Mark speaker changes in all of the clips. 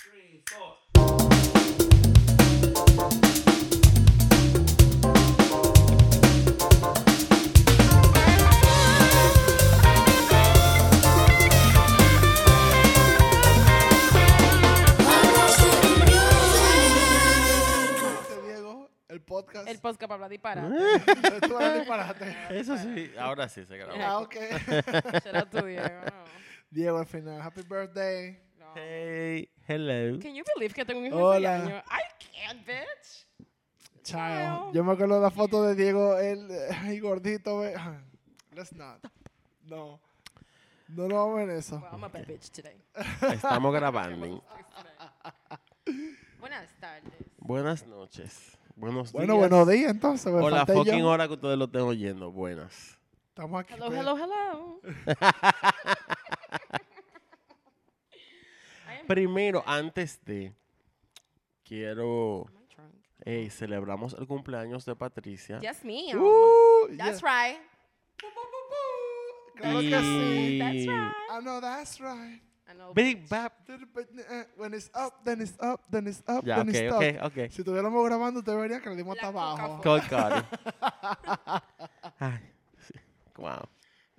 Speaker 1: three, four.
Speaker 2: Este, Diego, el podcast.
Speaker 3: El podcast para disparar.
Speaker 2: Tú hablas disparate.
Speaker 4: Eso sí, ahora sí se grabó.
Speaker 2: Ah, ok.
Speaker 3: Será tu Diego.
Speaker 2: Diego, al final, happy birthday.
Speaker 3: No. No.
Speaker 4: Hey, hello.
Speaker 3: Can you believe que tengo un hijo
Speaker 2: Hola.
Speaker 3: de seis años? I can't, bitch.
Speaker 2: Chao.
Speaker 3: Chao.
Speaker 2: Yo me acuerdo de la foto de Diego, él, eh, ay, gordito. ve- Ah, Let's not. No. No lo vamos en eso.
Speaker 3: Well, I'm a bad bitch today.
Speaker 4: Estamos grabando.
Speaker 3: Buenas tardes.
Speaker 4: Buenas noches. Buenos
Speaker 2: Bueno,
Speaker 4: días.
Speaker 2: buenos días, entonces. me
Speaker 4: O la
Speaker 2: falté yo.
Speaker 4: fucking hora que ustedes lo estén oyendo. Buenas.
Speaker 2: Estamos aquí. pues.
Speaker 3: Hello,
Speaker 2: pe-
Speaker 3: hello, hello. I am,
Speaker 4: Primero, antes de. Quiero.
Speaker 3: am I drunk?
Speaker 4: Hey, celebramos el cumpleaños de Patricia.
Speaker 3: Yes, me.
Speaker 2: Uh, yeah.
Speaker 3: That's right.
Speaker 2: Claro
Speaker 4: y...
Speaker 2: que sí.
Speaker 3: That's right.
Speaker 2: I know that's right.
Speaker 3: I know.
Speaker 4: Big Bap.
Speaker 2: When it's up, then it's up, then it's up,
Speaker 4: Ya,
Speaker 2: then
Speaker 4: ok,
Speaker 2: it's up.
Speaker 4: ok, ok.
Speaker 2: Si estuviéramos grabando, usted vería que le dimos hasta
Speaker 3: La
Speaker 2: abajo.
Speaker 3: Coca-Cola.
Speaker 4: Cold Cody. Ay, sí. Wow.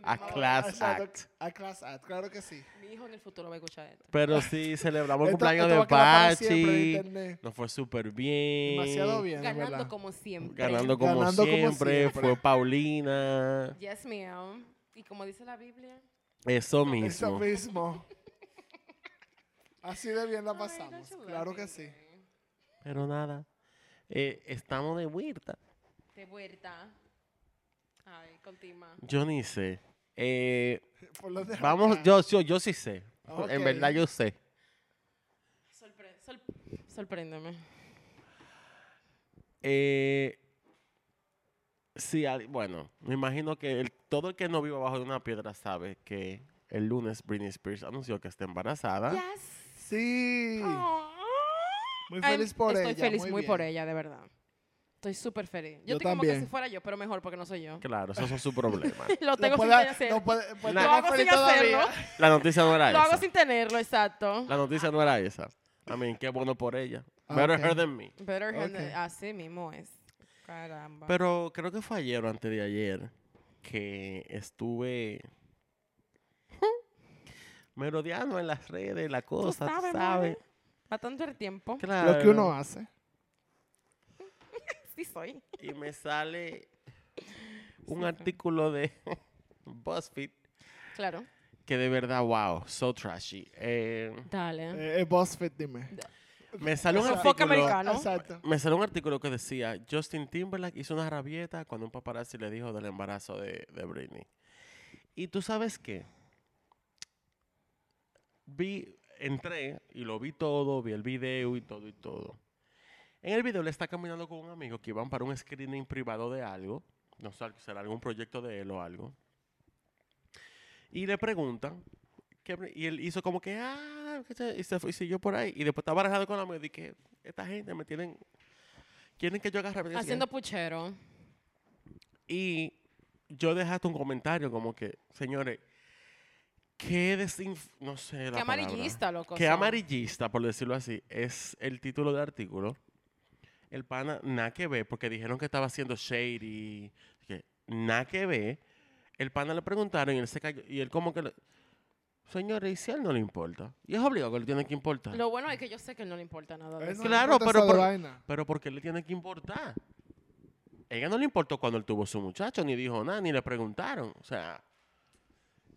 Speaker 4: A class
Speaker 2: Exacto,
Speaker 4: act.
Speaker 2: A class act, claro que sí.
Speaker 3: Mi hijo en el futuro va a escuchar esto.
Speaker 4: Pero sí, celebramos el
Speaker 2: Esto-
Speaker 4: cumpleaños
Speaker 2: esto
Speaker 4: de
Speaker 2: va a quedar para siempre en
Speaker 4: Pachi.
Speaker 2: internet.
Speaker 4: Nos fue súper bien.
Speaker 2: Demasiado bien, en
Speaker 3: Ganando
Speaker 2: ¿verdad?
Speaker 3: como siempre.
Speaker 4: Ganando como
Speaker 2: Ganando como
Speaker 4: siempre.
Speaker 2: siempre.
Speaker 4: Fue Paulina.
Speaker 3: Yes, ma'am. Y como dice la Biblia.
Speaker 4: Eso
Speaker 2: Eso
Speaker 4: mismo.
Speaker 2: mismo. Así de bien la
Speaker 3: Ay, don't
Speaker 2: pasamos,
Speaker 3: you love
Speaker 2: claro
Speaker 3: me?
Speaker 2: que sí.
Speaker 4: Pero nada. eh, estamos de vuelta.
Speaker 3: De vuelta. Ay, contima.
Speaker 4: Yo ni sé. Eh,
Speaker 2: Por lo de
Speaker 4: vamos,
Speaker 2: acá.
Speaker 4: yo, yo, yo sí sé. Por-
Speaker 2: Ok.
Speaker 4: En verdad yo sé.
Speaker 3: Sorpre sol- sorpréndeme.
Speaker 4: Eh, sí, al- bueno, me imagino que el- todo el que no vive abajo de una piedra sabe que el lunes Britney Spears anunció que está embarazada.
Speaker 3: Yes.
Speaker 2: Sí.
Speaker 3: Aw.
Speaker 2: Muy
Speaker 3: I'm-
Speaker 2: feliz por ella.
Speaker 3: Estoy feliz muy, por
Speaker 2: bien.
Speaker 3: ella, de verdad. Estoy súper feliz. Yo,
Speaker 2: Yo
Speaker 3: estoy como
Speaker 2: también.
Speaker 3: que si fuera yo, pero mejor porque no soy yo.
Speaker 4: Claro, esos son su problema.
Speaker 3: Lo tengo
Speaker 2: Lo
Speaker 3: sin
Speaker 2: puede-
Speaker 3: hacer.
Speaker 2: lo puede- puede
Speaker 3: Lo
Speaker 4: Lo
Speaker 2: estar
Speaker 3: hago
Speaker 2: feliz
Speaker 3: sin hacerlo.
Speaker 2: todavía.
Speaker 4: La noticia no era
Speaker 3: Lo hago
Speaker 4: esa.
Speaker 3: sin tenerlo, exacto.
Speaker 4: La noticia no era esa. A mí, qué bueno por ella.
Speaker 2: Ah,
Speaker 4: Better
Speaker 2: ok.
Speaker 4: her than me.
Speaker 3: Better hand-
Speaker 2: Ok.
Speaker 3: Así mismo es. Caramba.
Speaker 4: Pero creo que fue ayer o antes de ayer que estuve merodeando en las redes la cosa, tú
Speaker 3: sabes,
Speaker 4: sabes.
Speaker 3: madre. Matando el tiempo.
Speaker 4: Claro.
Speaker 2: Lo que uno hace.
Speaker 3: Sí soy.
Speaker 4: Y me sale un artículo de BuzzFeed
Speaker 3: Claro.
Speaker 4: que de verdad, wow, so trashy. Eh,
Speaker 3: Dale.
Speaker 2: Eh, eh, BuzzFeed, dime.
Speaker 4: me sale un
Speaker 3: Eso fue que
Speaker 4: artículo...
Speaker 3: americano. Ah, ¿no?
Speaker 2: Exacto.
Speaker 4: Me salió un artículo que decía, Justin Timberlake hizo una rabieta cuando un paparazzi le dijo del embarazo de, de Britney. Y tú sabes qué? Vi, entré y lo vi todo, vi el video y todo y todo. En el video le está caminando con un amigo que iban para un screening privado de algo, no sé, será algún proyecto de él o algo. Y le preguntan, que Bri- y él hizo como que, ah, qué sé- y, se fue, y siguió por ahí. Y después estaba barajado con la amiga y dije, esta gente me tienen, quieren que yo agarre. y decía-
Speaker 3: Haciendo puchero.
Speaker 4: y yo dejaste un comentario como que, señores, qué desinf... No sé la
Speaker 3: Qué
Speaker 4: palabra.
Speaker 3: amarillista, loco.
Speaker 4: Qué
Speaker 3: son.
Speaker 4: amarillista, por decirlo así, es el título del artículo. El pana, nada que ver, porque dijeron que estaba haciendo shady. Que, nada que ver. El pana le preguntaron y él se cayó. Y él como que... le- Señores, ¿y si a él no le importa? Y es obligado que le tiene que importar.
Speaker 3: Lo bueno es que yo sé que él no le importa nada de
Speaker 2: Eh,
Speaker 3: eso.
Speaker 2: no
Speaker 4: Claro,
Speaker 2: importa
Speaker 4: pero
Speaker 2: esa
Speaker 4: por-
Speaker 2: vaina.
Speaker 4: Pero ¿por qué le tiene que importar? Ella no le importó cuando él tuvo su muchacho, ni dijo nada, ni le preguntaron. O sea,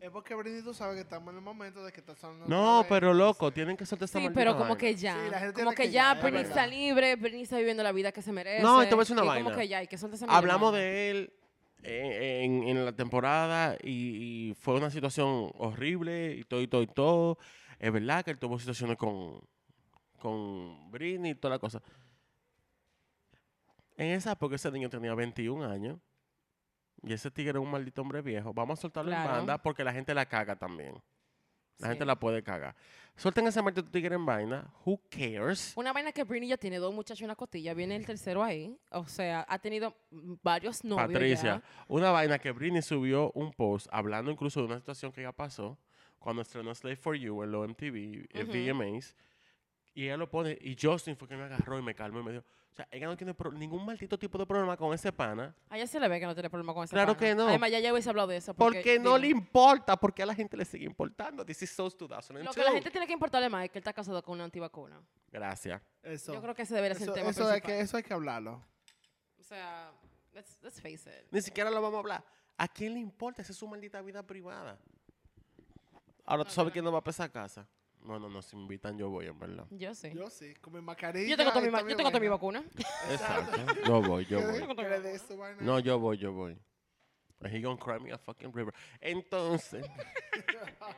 Speaker 2: Es porque Britney tú sabes que estamos en el momento de que está sonando.
Speaker 4: no, eh,
Speaker 2: otra vez.
Speaker 4: pero loco, tienen que soltar esa
Speaker 3: Sí,
Speaker 4: maldita
Speaker 3: pero como
Speaker 4: vaina.
Speaker 3: que ya.
Speaker 2: Sí, la gente
Speaker 3: como
Speaker 2: tiene
Speaker 3: que,
Speaker 2: que
Speaker 3: ya,
Speaker 2: ya, es
Speaker 3: Britney
Speaker 2: verdad.
Speaker 3: está libre, Britney está viviendo la vida que se merece.
Speaker 4: No, y te voy a decir una
Speaker 3: y
Speaker 4: vaina.
Speaker 3: como que ya, y que suelte esa mierda.
Speaker 4: Hablamos de él eh, en, en la temporada y, y fue una situación horrible y todo y todo y todo. Es verdad que él tuvo situaciones con, con Britney y toda la cosa. En esa época ese niño tenía 21 años y ese tigre era un maldito hombre viejo. Vamos a soltarlo en
Speaker 3: Claro.
Speaker 4: banda porque la gente la caga también. La gente
Speaker 3: Sí.
Speaker 4: la puede cagar. Suelten ese maldito tigre en vaina. Who cares?
Speaker 3: Una vaina que Britney ya tiene dos muchachos en una costilla, viene el tercero ahí. O sea, ha tenido varios novios. ya.
Speaker 4: Patricia, una vaina que Britney subió un post hablando incluso de una situación que ya pasó cuando estrenó Slave for You en los MTV, eh,
Speaker 3: Ujú.
Speaker 4: VMAs, Y ella lo pone, y Justin fue que me agarró y me calmó y me dijo, o sea, ella no tiene pro- ningún maldito tipo de problema con ese pana,
Speaker 3: A ella se le ve que no tiene problema con ese
Speaker 4: Claro
Speaker 3: pana.
Speaker 4: que no.
Speaker 3: Además, ya ya hubiese hablado de eso.
Speaker 4: porque,
Speaker 3: Porque,
Speaker 4: no le
Speaker 3: digo,
Speaker 4: importa, porque a la gente le sigue importando. This is so 2002.
Speaker 3: Lo que a la gente tiene que importarle más es que él está casado con una antivacuna.
Speaker 4: Gracias.
Speaker 2: Eso.
Speaker 3: Yo creo que ese debería ser el
Speaker 2: eso,
Speaker 3: tema
Speaker 2: eso hay
Speaker 3: principal.
Speaker 2: que, eso hay que hablarlo.
Speaker 3: O sea, let's, let's face it.
Speaker 4: Ni siquiera lo vamos a hablar. ¿A quién le importa? Esa es su maldita vida privada. Ahora, ¿tú sabes quién no va para esa casa? No, no, no, si me invitan yo voy, en verdad.
Speaker 3: Yo sí. Yo,
Speaker 2: Yo sí, con mi mascarilla.
Speaker 3: tengo, toda
Speaker 2: y
Speaker 3: mi, va-
Speaker 2: toda
Speaker 3: yo tengo toda mi
Speaker 2: vaina.
Speaker 3: vacuna.
Speaker 4: Exacto. Yo voy, yo
Speaker 2: Que
Speaker 4: voy.
Speaker 2: de-
Speaker 3: voy.
Speaker 2: que le dé su vaina.
Speaker 4: No, yo voy, yo voy. And He gonna cry me a fucking river. Entonces,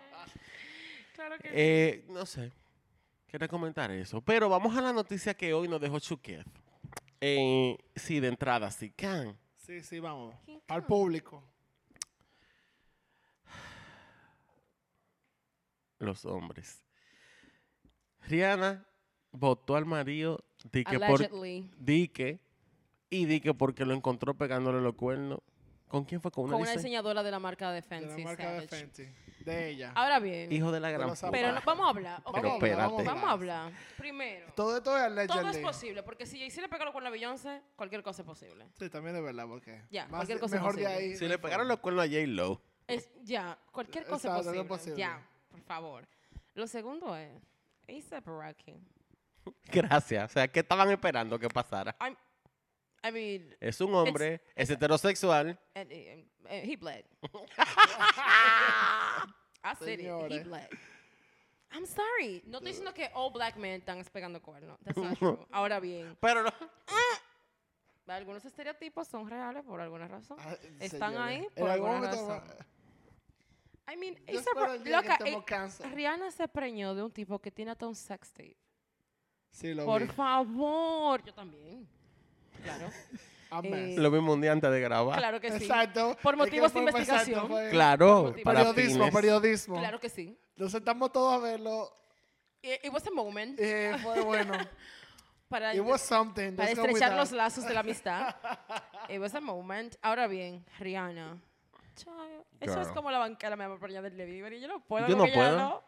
Speaker 3: claro que
Speaker 4: eh, no sé. Quería comentar eso. Pero vamos a la noticia que hoy nos dejó Chuquet. Eh, sí, de entrada, sí. Can.
Speaker 2: Sí, sí, vamos.
Speaker 3: ¿Quién
Speaker 2: Al
Speaker 3: canta?
Speaker 2: público.
Speaker 4: Los hombres. Rihanna votó al marido di que por
Speaker 3: Allegedly.
Speaker 4: di que y di que porque lo encontró pegándole los cuernos. ¿Con quién fue? Con una,
Speaker 3: Con una
Speaker 4: dise-
Speaker 3: diseñadora de la marca de
Speaker 2: De
Speaker 3: Fenty
Speaker 2: la marca de
Speaker 3: Savage. Ah,
Speaker 2: Fenty. De ella.
Speaker 3: Ahora bien,
Speaker 4: Hijo de la gran
Speaker 2: lo
Speaker 4: puta.
Speaker 3: pero no- vamos a hablar. ok.
Speaker 2: Vamos a
Speaker 4: Pero
Speaker 2: hablar,
Speaker 4: espérate.
Speaker 3: Vamos a hablar. Primero,
Speaker 2: Todo esto es allegedly.
Speaker 3: todo es posible, porque si Jay-Z le pegó con la Beyoncé, cualquier cosa es posible.
Speaker 2: Sí, también es verdad, porque.
Speaker 3: Ya,
Speaker 2: más
Speaker 3: cualquier
Speaker 2: de-
Speaker 3: cosa es
Speaker 2: Mejor de
Speaker 3: posible.
Speaker 2: ahí.
Speaker 4: Si
Speaker 2: no
Speaker 4: le
Speaker 2: hay
Speaker 4: pegaron
Speaker 2: forma.
Speaker 4: los cuernos a J-Lo.
Speaker 3: Es, ya, cualquier cosa es
Speaker 2: Exacto,
Speaker 3: posible.
Speaker 2: todo es posible.
Speaker 3: Ya, por favor. Lo segundo es, A$AP Rocky.
Speaker 4: Gracias. O sea, ¿qué estaban esperando que pasara?
Speaker 3: I'm- I mean,
Speaker 4: Es un hombre, es heterosexual.
Speaker 3: and, and- and eh, he bled. I said it. He
Speaker 2: Señores.
Speaker 3: bled. I'm sorry. No estoy diciendo que all black men están pegando cuernos. That's not true. Ahora bien,
Speaker 4: Pero no.
Speaker 3: algunos estereotipos son reales por alguna razón.
Speaker 2: Ah,
Speaker 3: Están
Speaker 2: señores.
Speaker 3: ahí
Speaker 2: En
Speaker 3: por
Speaker 2: algún
Speaker 3: alguna
Speaker 2: momento
Speaker 3: razón.
Speaker 2: va-
Speaker 3: I mean,
Speaker 2: Yo
Speaker 3: A$AP
Speaker 2: espero
Speaker 3: Rocky-
Speaker 2: el día que
Speaker 3: loca,
Speaker 2: estemos
Speaker 3: eh,
Speaker 2: cansados.
Speaker 3: Rihanna se preñó de un tipo que tiene hasta un sex tape.
Speaker 2: Sí, lo
Speaker 3: Por
Speaker 2: vi.
Speaker 3: favor. Yo también. Claro.
Speaker 2: Amén.
Speaker 3: eh,
Speaker 4: Lo vimos un día antes de grabar.
Speaker 3: Claro que sí.
Speaker 2: Ah, Exacto.
Speaker 3: Por
Speaker 2: Es que
Speaker 3: motivos de
Speaker 2: fue- fue- exacto,
Speaker 3: investigación.
Speaker 2: fue-
Speaker 4: Claro,
Speaker 3: Periodismo,
Speaker 4: para
Speaker 2: periodismo,
Speaker 4: fines.
Speaker 2: periodismo.
Speaker 3: Claro que sí.
Speaker 2: Nos sentamos todos a verlo.
Speaker 3: It, it was a moment
Speaker 2: eh, fue bueno.
Speaker 3: para,
Speaker 2: It was something.
Speaker 3: para
Speaker 2: let's go with
Speaker 3: estrechar
Speaker 2: that.
Speaker 3: los lazos de la amistad. it was a moment. Ahora bien, Rihanna. Child, Eso es
Speaker 4: Girl.
Speaker 3: como la banquera me va a poner del delivery. Yo no puedo.
Speaker 4: Yo
Speaker 3: con
Speaker 4: no
Speaker 3: que ella
Speaker 4: puedo.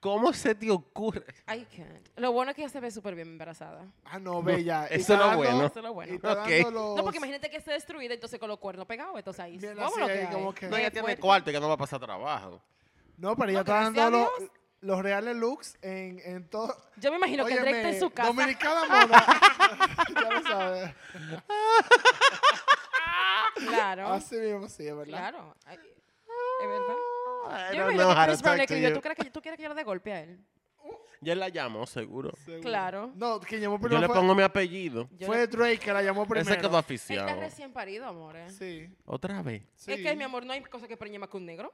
Speaker 4: ¿Cómo se te ocurre?
Speaker 3: no. I can't. Lo bueno es que ella se ve súper bien embarazada.
Speaker 2: Ah, no, bella. Y
Speaker 4: eso
Speaker 2: está
Speaker 4: no es
Speaker 2: dando-
Speaker 4: bueno.
Speaker 3: Eso es lo bueno.
Speaker 2: y está
Speaker 4: Ok.
Speaker 2: dando los-
Speaker 3: No, porque imagínate que esté destruida entonces con los cuernos pegados. Entonces ahí.
Speaker 2: Oh, Bien,
Speaker 3: vamos
Speaker 2: así
Speaker 3: lo que
Speaker 2: ahí,
Speaker 3: hay.
Speaker 2: como que-
Speaker 4: No,
Speaker 3: Eh,
Speaker 4: ella tiene
Speaker 3: fuerte.
Speaker 4: cuarto y que no va a pasar trabajo.
Speaker 2: No, pero ya
Speaker 3: No,
Speaker 2: está
Speaker 3: gracias
Speaker 2: dando
Speaker 3: a
Speaker 2: los,
Speaker 3: Dios.
Speaker 2: los reales looks en, en todo.
Speaker 3: Yo me imagino que Drake está en
Speaker 2: Óyeme,
Speaker 3: su casa.
Speaker 2: Dominicana mona. ya lo sabes.
Speaker 3: Claro.
Speaker 2: Así mismo, Ah, sí, es verdad.
Speaker 3: Claro. Ay, Es verdad.
Speaker 4: I
Speaker 3: Yo me
Speaker 4: don't
Speaker 3: imagino
Speaker 4: know
Speaker 3: que
Speaker 4: how to
Speaker 3: Chris Brown le
Speaker 4: talk to
Speaker 3: escribió, ¿tú
Speaker 4: you.
Speaker 3: crees que yo- tú quieres que yo le dé golpe a él?
Speaker 4: Ya la llamó, seguro.
Speaker 2: Seguro.
Speaker 3: Claro.
Speaker 2: No, quien llamó
Speaker 4: Yo
Speaker 2: primero
Speaker 4: le
Speaker 2: fue,
Speaker 4: pongo mi apellido.
Speaker 3: Yo
Speaker 2: fue
Speaker 3: le-
Speaker 2: Drake que la llamó primero.
Speaker 4: Ese
Speaker 3: Él
Speaker 4: quedó
Speaker 3: está
Speaker 4: aficionado.
Speaker 3: recién parido, amores.
Speaker 2: Sí.
Speaker 4: Otra vez.
Speaker 2: sí.
Speaker 3: Es que, mi amor, no hay cosa que preñe más que un negro.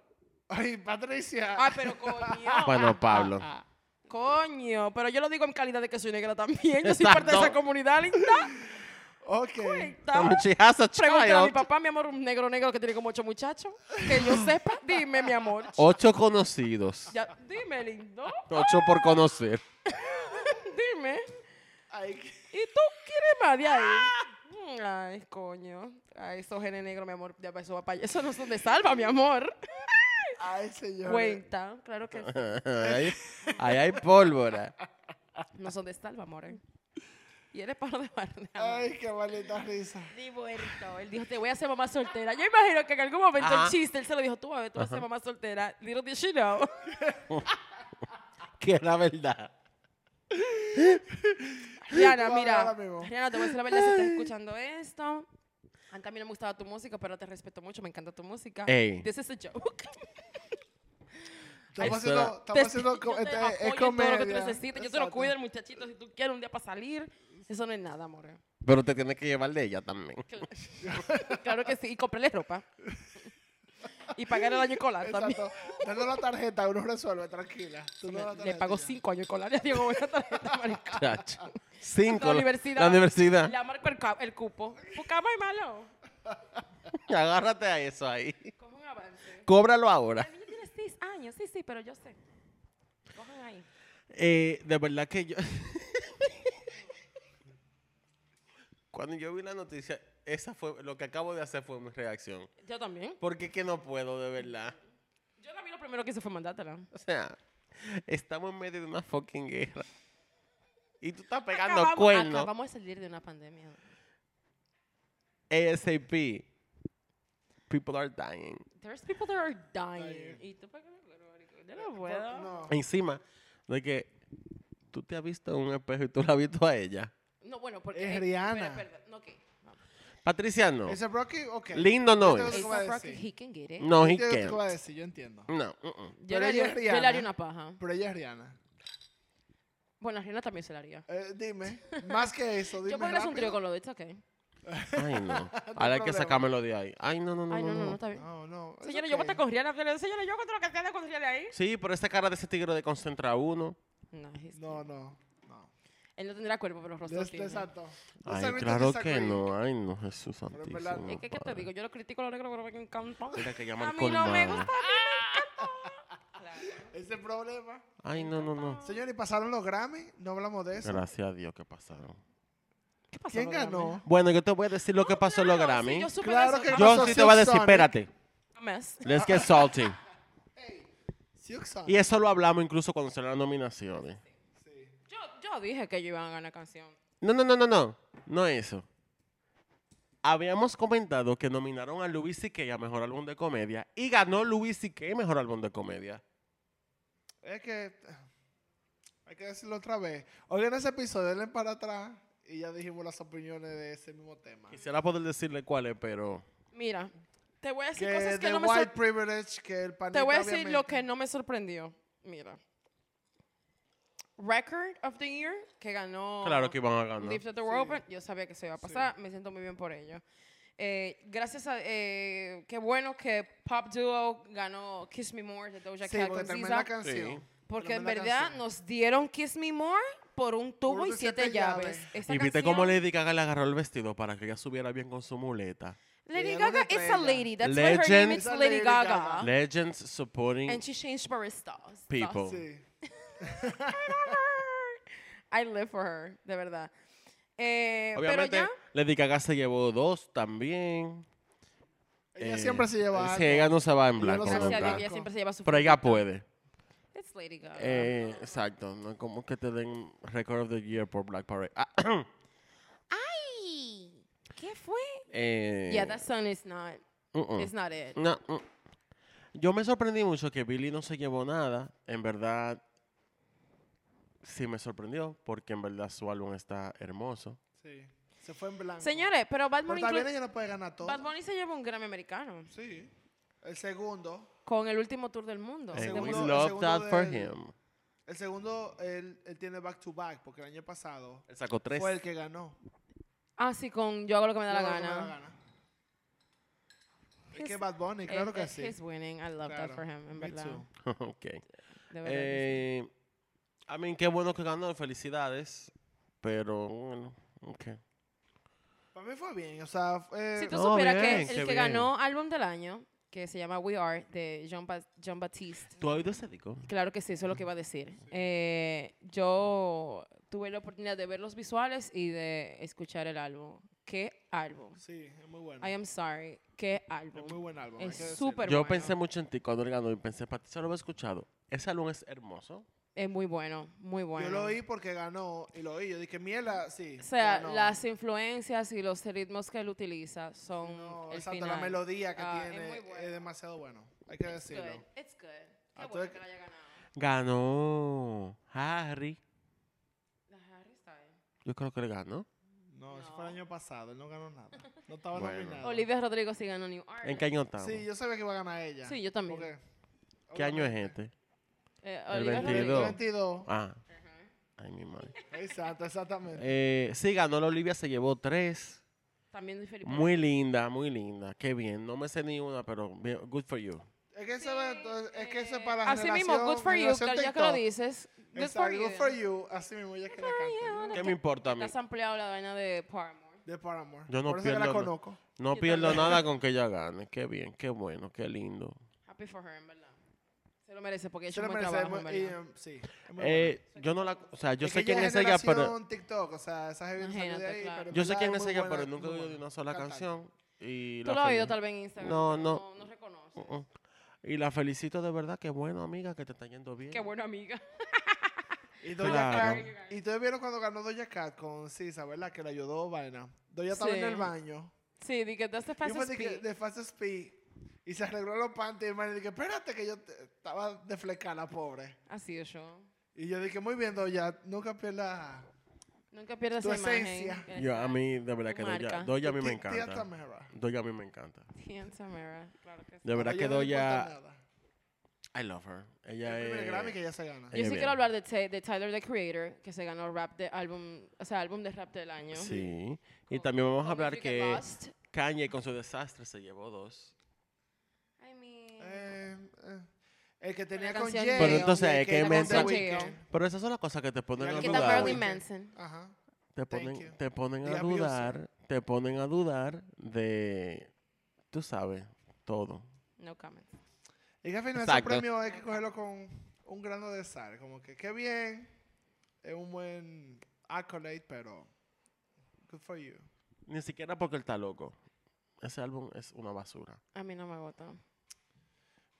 Speaker 2: Ay, Patricia.
Speaker 3: Ah, pero coño.
Speaker 4: Bueno, Pablo.
Speaker 3: coño. Pero yo lo digo en calidad de que soy negra también. Yo soy parte de
Speaker 4: Exacto.
Speaker 3: esa comunidad, linda.
Speaker 2: ok.
Speaker 3: Cuenta.
Speaker 4: Como she has a
Speaker 3: Pregúntale a mi
Speaker 4: child.
Speaker 3: papá, mi amor, un negro negro que tiene como ocho muchachos. Que yo sepa. Dime, mi amor.
Speaker 4: Ocho conocidos.
Speaker 3: Ya, dime, lindo.
Speaker 4: Ocho por conocer.
Speaker 3: Dime.
Speaker 2: Ay, qué-
Speaker 3: ¿Y tú quieres más de ahí? Mm, Ay, coño. Ay, esos genes negros, mi amor. Ya eso va para allá. Eso no es donde salva, mi amor.
Speaker 2: Ay, señor.
Speaker 3: Cuenta. Claro
Speaker 4: Ah.
Speaker 3: que sí.
Speaker 4: ahí, ahí hay pólvora.
Speaker 3: No son de salva, amores. Y eres paro de barra.
Speaker 2: Ay, qué maldita risa.
Speaker 3: Ni muerto. Él dijo, te voy a hacer mamá soltera. Yo imagino que en algún momento
Speaker 4: Ajá.
Speaker 3: el chiste, él se lo dijo, tú, a ver, tú vas a ser mamá soltera. Little did she know.
Speaker 4: Que es la verdad.
Speaker 3: Rihanna,
Speaker 2: Tú
Speaker 3: mira.
Speaker 2: ahora mismo.
Speaker 3: Rihanna, te voy a decir la verdad si estás escuchando esto. Aunque a mí no me gustaba tu música, pero te respeto mucho, me encanta tu música.
Speaker 4: Ey.
Speaker 3: This is a joke.
Speaker 2: Estamos
Speaker 4: espera.
Speaker 2: haciendo, estamos haciendo
Speaker 3: Yo
Speaker 2: co-
Speaker 3: te
Speaker 2: este,
Speaker 3: apoyo en
Speaker 2: es
Speaker 3: todo
Speaker 2: comedia.
Speaker 3: lo que tú necesites. Yo te lo
Speaker 2: Exacto.
Speaker 3: cuido, el muchachito, si tú quieres un día para salir. Eso no es nada, amor.
Speaker 4: Pero te tienes que llevar de ella también.
Speaker 3: Claro que sí. Y comprarle ropa. Y pagar el año escolar también.
Speaker 2: Exacto. Dando la tarjeta, uno resuelve, tranquila. Tú no la
Speaker 3: Le
Speaker 2: tarjeta
Speaker 3: pago
Speaker 2: ya.
Speaker 3: cinco años escolares a Diego Buena Tarjeta, marico.
Speaker 4: Chacho. Cinco.
Speaker 3: La
Speaker 4: lo-
Speaker 3: universidad.
Speaker 4: La universidad.
Speaker 3: Le marco el, ca- el cupo. Fucama y malo.
Speaker 4: Agárrate a eso ahí.
Speaker 3: Coge un avance.
Speaker 4: Cóbralo ahora.
Speaker 3: El niño tiene seis años. Sí, sí, pero yo sé. Cojan ahí.
Speaker 4: Eh, de verdad que yo. Cuando yo vi la noticia, esa fue lo que acabo de hacer fue mi reacción.
Speaker 3: Yo también.
Speaker 4: Porque es que no puedo, de verdad.
Speaker 3: Yo también lo primero que hice fue mandártela.
Speaker 4: O sea, estamos en medio de una fucking guerra. Y tú estás pegando
Speaker 3: Acabamos-
Speaker 4: cuernos.
Speaker 3: Acabamos de salir de una pandemia.
Speaker 4: ASAP. People are dying.
Speaker 3: There's people that are
Speaker 2: bien.
Speaker 3: dying. Y tú para qué me acuerdo, marico? Yo no puedo. No.
Speaker 2: No.
Speaker 4: Encima de que tú te has visto en un espejo y tú la has visto a ella.
Speaker 3: bueno, porque...
Speaker 2: Es
Speaker 3: eh,
Speaker 2: Rihanna.
Speaker 3: espera, espera, no, ok, vamos.
Speaker 4: Patricia no.
Speaker 2: ¿Esa Brocky? Ok.
Speaker 4: Lindo no
Speaker 2: Yo
Speaker 4: es.
Speaker 2: te voy a
Speaker 3: A$AP Rocky,
Speaker 2: decir.
Speaker 3: he can get it.
Speaker 4: No, he
Speaker 2: Yo te voy a
Speaker 4: can't.
Speaker 2: decir, yo entiendo.
Speaker 4: No. mm-mm.
Speaker 3: Yo
Speaker 2: Pero
Speaker 3: le
Speaker 2: ella
Speaker 3: haría,
Speaker 2: es
Speaker 3: yo le
Speaker 2: Rihanna.
Speaker 3: haría una paja.
Speaker 2: Pero ella es Rihanna.
Speaker 3: Bueno, a Rihanna también se la haría.
Speaker 2: Eh, dime, más que eso, dime
Speaker 3: Yo podría hacer un
Speaker 2: rápido.
Speaker 3: trío con lo de esto, ok. Ay,
Speaker 4: Ay, no. Ahora hay que
Speaker 2: problema.
Speaker 4: sacármelo de ahí. Ay, no, no, no.
Speaker 3: no,
Speaker 4: no,
Speaker 3: no, no,
Speaker 4: no.
Speaker 3: está bien.
Speaker 2: No, no. es
Speaker 3: Señora, yo
Speaker 2: ok.
Speaker 3: voy a estar con Rihanna, pero señora, yo contra lo que queda con Rihanna ahí.
Speaker 4: Sí, pero esa cara de ese tigre de concentra uno.
Speaker 3: No, he's-
Speaker 2: No, no, no.
Speaker 3: Él no tendrá cuerpo, pero rostro
Speaker 2: Des-
Speaker 3: sí, ¿no?
Speaker 2: Exacto.
Speaker 4: Ay,
Speaker 2: Exactamente,
Speaker 4: claro
Speaker 2: exacto.
Speaker 4: que no. Ay, no, Jesús
Speaker 2: Pero en verdad,
Speaker 4: santísimo.
Speaker 3: Es que, ¿qué te
Speaker 4: padre.
Speaker 3: digo? Yo lo critico a los negros, pero me encanta.
Speaker 4: Mira que llama
Speaker 3: A
Speaker 4: el
Speaker 3: mí no me
Speaker 4: colmado.
Speaker 3: gusta.
Speaker 2: Ese problema.
Speaker 4: Ay, no, no, no.
Speaker 2: Señores, pasaron los Grammy, no hablamos de eso.
Speaker 4: Gracias a Dios que pasaron.
Speaker 3: ¿Qué pasó?
Speaker 2: ¿Quién
Speaker 3: con los
Speaker 2: ganó?
Speaker 3: Grammy?
Speaker 4: Bueno, yo te voy a decir lo que pasó en los
Speaker 3: Claro, sí,
Speaker 4: Grammy.
Speaker 3: yo supe
Speaker 2: Claro
Speaker 3: de
Speaker 2: que
Speaker 3: eso.
Speaker 2: pasó
Speaker 4: Yo sí te voy a decir,
Speaker 2: Silk Sonic.
Speaker 4: espérate.
Speaker 3: Ah, mes.
Speaker 4: Let's get salty.
Speaker 2: Silk Sonic.
Speaker 4: Y eso lo hablamos incluso cuando se ¿eh? las nominaciones.
Speaker 2: Sí.
Speaker 3: Yo, yo dije que yo iba a ganar canción.
Speaker 4: No, no, no, no, no. No eso. Habíamos comentado que nominaron a Louis C.K. a Mejor Álbum de Comedia y ganó Louis C.K. Mejor Álbum de Comedia.
Speaker 2: Es que eh, hay que decirlo otra vez. Oigan ese episodio, denle para atrás y ya dijimos las opiniones de ese mismo tema.
Speaker 4: Quisiera poder decirle cuál es, pero...
Speaker 3: Mira, te voy a
Speaker 2: Que
Speaker 3: decir cosas que
Speaker 2: de
Speaker 3: no me
Speaker 2: white
Speaker 3: sor-
Speaker 2: privilege, que el panita
Speaker 3: Te voy a decir lo
Speaker 2: obviamente-
Speaker 3: que no me sorprendió. Mira. Record of the Year, que ganó.
Speaker 4: Claro que iban a ganar.
Speaker 3: Lifted the World Open. Yo sabía que eso iba a
Speaker 2: Sí.
Speaker 3: pasar. Me siento muy bien por ello. Eh, gracias a. Eh, qué bueno que Pop Duo ganó Kiss Me More de Doja
Speaker 2: Sí,
Speaker 3: Cat
Speaker 2: porque
Speaker 3: con
Speaker 2: tremenda
Speaker 3: SZA,
Speaker 2: canción.
Speaker 4: Sí.
Speaker 3: Porque en
Speaker 2: Tremenda
Speaker 3: verdad
Speaker 2: canción.
Speaker 3: nos dieron Kiss Me More por un tubo
Speaker 2: Por
Speaker 3: y
Speaker 2: de
Speaker 3: siete,
Speaker 2: siete
Speaker 3: llaves.
Speaker 2: llaves.
Speaker 3: Esta
Speaker 4: Y viste
Speaker 3: canción-
Speaker 4: cómo Lady Gaga le agarró el vestido para que ella subiera bien con su muleta.
Speaker 3: Lady
Speaker 2: Ella era una
Speaker 3: Gaga is a
Speaker 2: estrella.
Speaker 3: lady. That's why her name
Speaker 4: Legend.
Speaker 3: is
Speaker 2: Esa
Speaker 3: Lady
Speaker 2: Lady
Speaker 3: Gaga.
Speaker 2: Gaga.
Speaker 4: Legends supporting
Speaker 3: Ah. And she changed baristas.
Speaker 4: people.
Speaker 2: Sí.
Speaker 3: I live for her, de verdad. Eh, pero
Speaker 4: Obviamente,
Speaker 3: ya,
Speaker 4: Lady Gaga se llevó dos también.
Speaker 2: Ella
Speaker 4: Eh,
Speaker 2: siempre se lleva
Speaker 4: Sí,
Speaker 2: algo.
Speaker 4: ella no se va en
Speaker 2: Ella
Speaker 4: blanco.
Speaker 2: no se
Speaker 3: gracias a
Speaker 2: como
Speaker 3: Dios,
Speaker 4: nunca.
Speaker 2: blanco.
Speaker 3: ella siempre se lleva su
Speaker 4: Pero ella
Speaker 3: frutita.
Speaker 4: puede.
Speaker 3: It's Lady Gaga.
Speaker 4: Eh, exacto, no es como que te den Record of the Year por Black Parade. Ah,
Speaker 3: Ay, ¿Qué fue?
Speaker 4: eh,
Speaker 3: Yeah, that song is not,
Speaker 4: mm, mm.
Speaker 3: it's not it.
Speaker 4: No, mm. Yo me sorprendí mucho que Billy no se llevó nada. En verdad, sí me sorprendió, porque en verdad su álbum está hermoso.
Speaker 2: Sí. Se fue en blanco.
Speaker 3: Señores, pero Bad
Speaker 2: Pero
Speaker 3: Bunny,
Speaker 2: también
Speaker 3: inclu-
Speaker 2: ella no puede ganar todo.
Speaker 3: Bad Bunny se lleva un Grammy americano
Speaker 2: Sí. El segundo.
Speaker 3: con el último tour del mundo.
Speaker 4: And
Speaker 3: De
Speaker 4: we
Speaker 3: música.
Speaker 2: el
Speaker 4: love
Speaker 2: segundo
Speaker 4: that for
Speaker 2: del-
Speaker 4: him.
Speaker 2: El segundo, él, él tiene back to back, porque el año pasado
Speaker 4: Él sacó tres.
Speaker 2: fue el que ganó.
Speaker 3: Ah, sí, con Yo hago lo que me da la
Speaker 2: Luego me
Speaker 3: gana.
Speaker 2: Es que
Speaker 3: His-
Speaker 2: Bad Bunny, claro
Speaker 3: Eh,
Speaker 2: que
Speaker 3: eh,
Speaker 2: sí.
Speaker 3: He's winning. I love
Speaker 2: Claro.
Speaker 3: that for him, en
Speaker 2: Me
Speaker 3: verdad.
Speaker 2: too.
Speaker 4: ok.
Speaker 3: De verdad que
Speaker 4: Eh, I mean, qué bueno que ganó, felicidades. Pero bueno, ok.
Speaker 2: Para mí fue bien, o sea, eh,
Speaker 3: sí. Si tú
Speaker 4: no,
Speaker 3: supieras
Speaker 4: oh, bien,
Speaker 3: que
Speaker 4: qué
Speaker 3: el que
Speaker 4: bien.
Speaker 3: ganó álbum del año, que se llama We Are, de John, Ba- John Batiste.
Speaker 4: ¿Tú has oído ese disco?
Speaker 3: Claro que sí, eso es lo que iba a decir. Eh, yo tuve la oportunidad de ver los visuales y de escuchar el álbum. ¿Qué álbum?
Speaker 2: sí, es muy bueno.
Speaker 3: I am sorry. ¿Qué
Speaker 2: Es
Speaker 3: álbum?
Speaker 2: muy buen álbum.
Speaker 3: Es
Speaker 2: hay que decirlo.
Speaker 3: súper
Speaker 4: Yo
Speaker 3: bueno.
Speaker 4: pensé mucho en ti cuando él ganó y pensé, Patricia, lo he escuchado. Ese álbum es hermoso.
Speaker 3: Es muy bueno, muy bueno.
Speaker 2: Yo lo oí porque ganó y lo oí. Yo dije, mierda, sí.
Speaker 3: O sea,
Speaker 2: ganó".
Speaker 3: las influencias y los ritmos que él utiliza son
Speaker 2: No,
Speaker 3: el
Speaker 2: exacto, la
Speaker 3: final.
Speaker 2: melodía que
Speaker 3: Ah,
Speaker 2: tiene
Speaker 3: Es
Speaker 2: es,
Speaker 3: muy bueno.
Speaker 2: demasiado bueno. Hay que
Speaker 3: It's good,
Speaker 2: decirlo.
Speaker 3: it's good. Qué
Speaker 2: Ah, tú
Speaker 3: bueno
Speaker 2: ves
Speaker 3: que
Speaker 2: que-
Speaker 3: la haya ganado.
Speaker 4: Ganó Harry.
Speaker 3: La Harry Styles.
Speaker 4: Yo creo que le ganó.
Speaker 2: No, eso
Speaker 3: No.
Speaker 2: fue el año pasado, él no ganó nada. No estaba
Speaker 4: Bueno.
Speaker 2: nominado.
Speaker 3: Olivia Rodrigo sí ganó New Art.
Speaker 4: ¿En qué año estamos?
Speaker 2: Sí, yo sabía que iba a ganar ella.
Speaker 3: Sí, yo también.
Speaker 2: Porque-
Speaker 4: ¿Qué año es
Speaker 2: obviamente.
Speaker 4: este?
Speaker 3: Eh,
Speaker 4: El
Speaker 3: Olivia
Speaker 2: El
Speaker 4: 22.
Speaker 3: Rodrigo.
Speaker 2: 22.
Speaker 4: Ah. Ay, mi madre.
Speaker 2: Exacto, exactamente.
Speaker 4: Eh, sí, ganó la Olivia, se llevó tres.
Speaker 3: También de Felipe.
Speaker 4: Muy linda, muy linda. Qué bien. No me sé ni una, pero bien, good for you.
Speaker 2: es que eso es, entonces, es que eso es para
Speaker 3: Así mismo,
Speaker 2: generación-
Speaker 3: good for you,
Speaker 2: generación
Speaker 3: que ya que lo
Speaker 2: TikTok.
Speaker 3: dices. Good
Speaker 2: Exacto,
Speaker 3: for you.
Speaker 2: Good for you. Así mismo, ella es que la canta.
Speaker 4: ¿Qué me importa a mí?
Speaker 3: Has ampliado la vaina de Paramore.
Speaker 2: De Paramore.
Speaker 4: Yo no
Speaker 2: Por eso que la
Speaker 4: pierdo, no.
Speaker 2: conozco.
Speaker 4: No
Speaker 3: Yo
Speaker 4: pierdo
Speaker 3: también.
Speaker 4: nada con que ella gane. Qué bien, qué bueno, qué lindo.
Speaker 3: Happy for her, en verdad. Se lo merece porque
Speaker 2: Se
Speaker 3: ella
Speaker 2: lo
Speaker 3: es un buen
Speaker 2: merece,
Speaker 3: trabajo,
Speaker 2: es
Speaker 3: en
Speaker 2: muy- y,
Speaker 3: verdad.
Speaker 2: em, sí. es muy buena.
Speaker 4: Eh, yo no la, o sea, yo
Speaker 2: Es
Speaker 4: sé
Speaker 2: que
Speaker 4: quién es ella,
Speaker 2: es
Speaker 4: pero
Speaker 2: generación TikTok, o sea, esa gente salió de
Speaker 3: Imagínate,
Speaker 2: ahí,
Speaker 3: claro.
Speaker 2: pero en
Speaker 4: yo sé
Speaker 2: verdad
Speaker 4: quién
Speaker 2: es
Speaker 4: es
Speaker 2: muy
Speaker 4: ella,
Speaker 2: buena,
Speaker 4: pero nunca he
Speaker 2: muy
Speaker 4: oído
Speaker 2: buena.
Speaker 4: de una sola
Speaker 2: Cantante.
Speaker 4: canción y
Speaker 3: Tú
Speaker 4: la
Speaker 3: lo has oído
Speaker 4: felici-
Speaker 3: tal vez en Instagram.
Speaker 4: No,
Speaker 3: pero
Speaker 4: no.
Speaker 3: No, reconoces.
Speaker 4: Uh, uh. Y la felicito de verdad, qué bueno, amiga, que te está yendo bien.
Speaker 3: Qué buena amiga.
Speaker 2: Y Doja
Speaker 4: Claro.
Speaker 2: Cat- y ustedes vieron cuando ganó Doja Cat con Sisa, ¿verdad? Que le ayudó vaina. Doja estaba
Speaker 3: Sí.
Speaker 2: en el baño.
Speaker 3: Sí, di que that's the
Speaker 2: Y fue
Speaker 3: fastest
Speaker 2: de, que-
Speaker 3: speed.
Speaker 2: de Fast Speed. Y se arregló los panties, hermano. Y dije, espérate, que yo te- estaba de fleca, la pobre.
Speaker 3: Así es yo.
Speaker 2: Y yo dije, muy bien, Doya, nunca pierdas.
Speaker 3: Nunca pierdas
Speaker 2: Tu
Speaker 3: esa imagen.
Speaker 2: esencia.
Speaker 3: Eh,
Speaker 4: Yo, a mí, de verdad que Doya,
Speaker 3: Marca.
Speaker 4: Doya a mí me
Speaker 2: Ti- tía
Speaker 4: encanta.
Speaker 2: Tamara.
Speaker 4: Doya a mí me encanta.
Speaker 3: Tian Samara, claro que sí.
Speaker 4: De verdad
Speaker 2: A
Speaker 4: que
Speaker 2: ella no le importa
Speaker 4: Doya,
Speaker 2: nada.
Speaker 4: I love her. Ella
Speaker 2: El primer Grammy
Speaker 4: es...
Speaker 2: que ella se gana.
Speaker 3: Yo
Speaker 4: Ella
Speaker 3: sí
Speaker 4: bien.
Speaker 3: quiero hablar de, Ta- de Tyler the Creator, que se ganó rap de álbum, o sea, álbum de rap del año.
Speaker 4: Sí. Y
Speaker 3: Con-
Speaker 4: también vamos
Speaker 3: con
Speaker 4: a hablar
Speaker 3: If You Get
Speaker 4: que
Speaker 3: Lost.
Speaker 4: Kanye con su desastre se llevó dos.
Speaker 3: I mean,
Speaker 2: Eh, eh, el que tenía
Speaker 3: la
Speaker 2: con
Speaker 3: canción
Speaker 2: Jay.
Speaker 3: Pero
Speaker 4: entonces,
Speaker 2: el
Speaker 4: ¿qué
Speaker 2: era con The
Speaker 4: mensaje?
Speaker 2: Weeknd.
Speaker 4: Pero esas son las cosas que te ponen
Speaker 2: La
Speaker 4: a
Speaker 3: que
Speaker 2: Kim
Speaker 3: está
Speaker 4: dudar.
Speaker 3: Marilyn
Speaker 2: Weeknd.
Speaker 3: Manson.
Speaker 2: Ajá.
Speaker 4: Te
Speaker 2: Thank
Speaker 4: ponen,
Speaker 2: you.
Speaker 4: te ponen
Speaker 2: The
Speaker 4: a
Speaker 2: abuser.
Speaker 4: dudar. Te ponen a dudar de... Tú sabes, todo.
Speaker 3: No comment.
Speaker 2: Y que al final ese
Speaker 4: Exacto.
Speaker 2: premio hay que cogerlo con un grano de sal. Como que, qué bien. Es un buen accolade, pero. Good for you.
Speaker 4: Ni siquiera porque él está loco. Ese álbum es una basura.
Speaker 3: A mí no me votó.